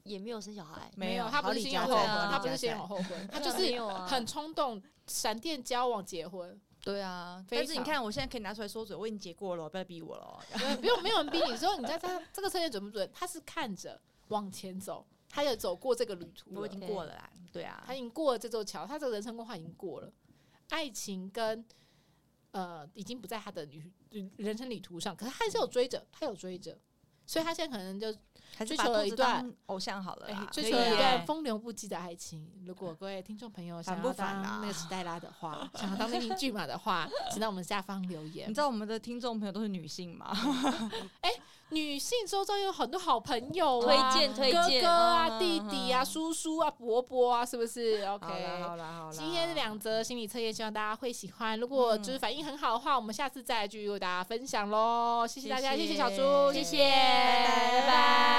Speaker 4: 也没有生小孩，
Speaker 3: 有，
Speaker 2: 他不
Speaker 3: 好
Speaker 2: 是
Speaker 3: 李
Speaker 2: 先有
Speaker 3: 佳
Speaker 2: 后
Speaker 3: 在
Speaker 2: 婚，他
Speaker 4: 对啊
Speaker 2: 不是
Speaker 3: 李
Speaker 2: 先
Speaker 3: 佳
Speaker 2: 有
Speaker 3: 在
Speaker 2: 后婚，
Speaker 3: (laughs)
Speaker 2: 他就
Speaker 4: 嗯没
Speaker 2: 是
Speaker 4: 有啊，
Speaker 2: 很冲动，闪电交往结
Speaker 3: (laughs)
Speaker 2: 婚。
Speaker 3: 对啊，
Speaker 2: 非
Speaker 3: 但是你
Speaker 2: 常
Speaker 3: 看，我现在可以拿出来说嘴，我已经结过了，不要逼我了哦。
Speaker 2: 不用，没有人逼你说你在这这个测验准不准？他是看着往前走，他有走过这个旅途了。
Speaker 3: 我已经过了啦，对啊，
Speaker 2: 他已经过了这座桥，他这个人生规划已经过了，爱情跟呃已经不在他的旅旅人生旅途上，可是他还是有追着，他有追着，所以他现在可能就
Speaker 3: 还是
Speaker 2: 追
Speaker 3: 把
Speaker 2: 求了
Speaker 3: 兔
Speaker 2: 一
Speaker 3: 子
Speaker 2: 段
Speaker 3: 当偶像好了
Speaker 2: 哎
Speaker 3: 啦，
Speaker 2: 追
Speaker 3: 可
Speaker 2: 求了
Speaker 3: 以啊
Speaker 2: 一
Speaker 3: 耶
Speaker 2: 段风流不羁的爱情。如果各位听众朋友想
Speaker 3: 烦
Speaker 2: 要
Speaker 3: 不烦
Speaker 2: 当
Speaker 3: 啊
Speaker 2: 那个史黛拉的话，想要当那名骏马的话，请到我们下方留
Speaker 3: 你
Speaker 2: 言。
Speaker 3: 知道我们的听众朋友都是女性吗？
Speaker 2: 女性周遭有很多好朋友
Speaker 4: 推
Speaker 2: 啊，
Speaker 4: 荐推
Speaker 2: 哥
Speaker 4: 荐
Speaker 2: 哥啊、
Speaker 3: 嗯
Speaker 2: 弟弟啊、
Speaker 3: 嗯
Speaker 2: 叔叔啊、伯伯啊，是不是？OK，
Speaker 3: (laughs) 好啦好啦好啦，
Speaker 2: 今天两则心理测验，希望大家会喜欢。如果就是
Speaker 3: 嗯
Speaker 2: 反应很好的话，我们下次再来继续为大家分享喽。谢谢大家，谢
Speaker 3: 谢
Speaker 2: 谢
Speaker 3: 谢
Speaker 2: 小猪，
Speaker 4: 谢谢，
Speaker 3: 拜拜
Speaker 4: 拜拜。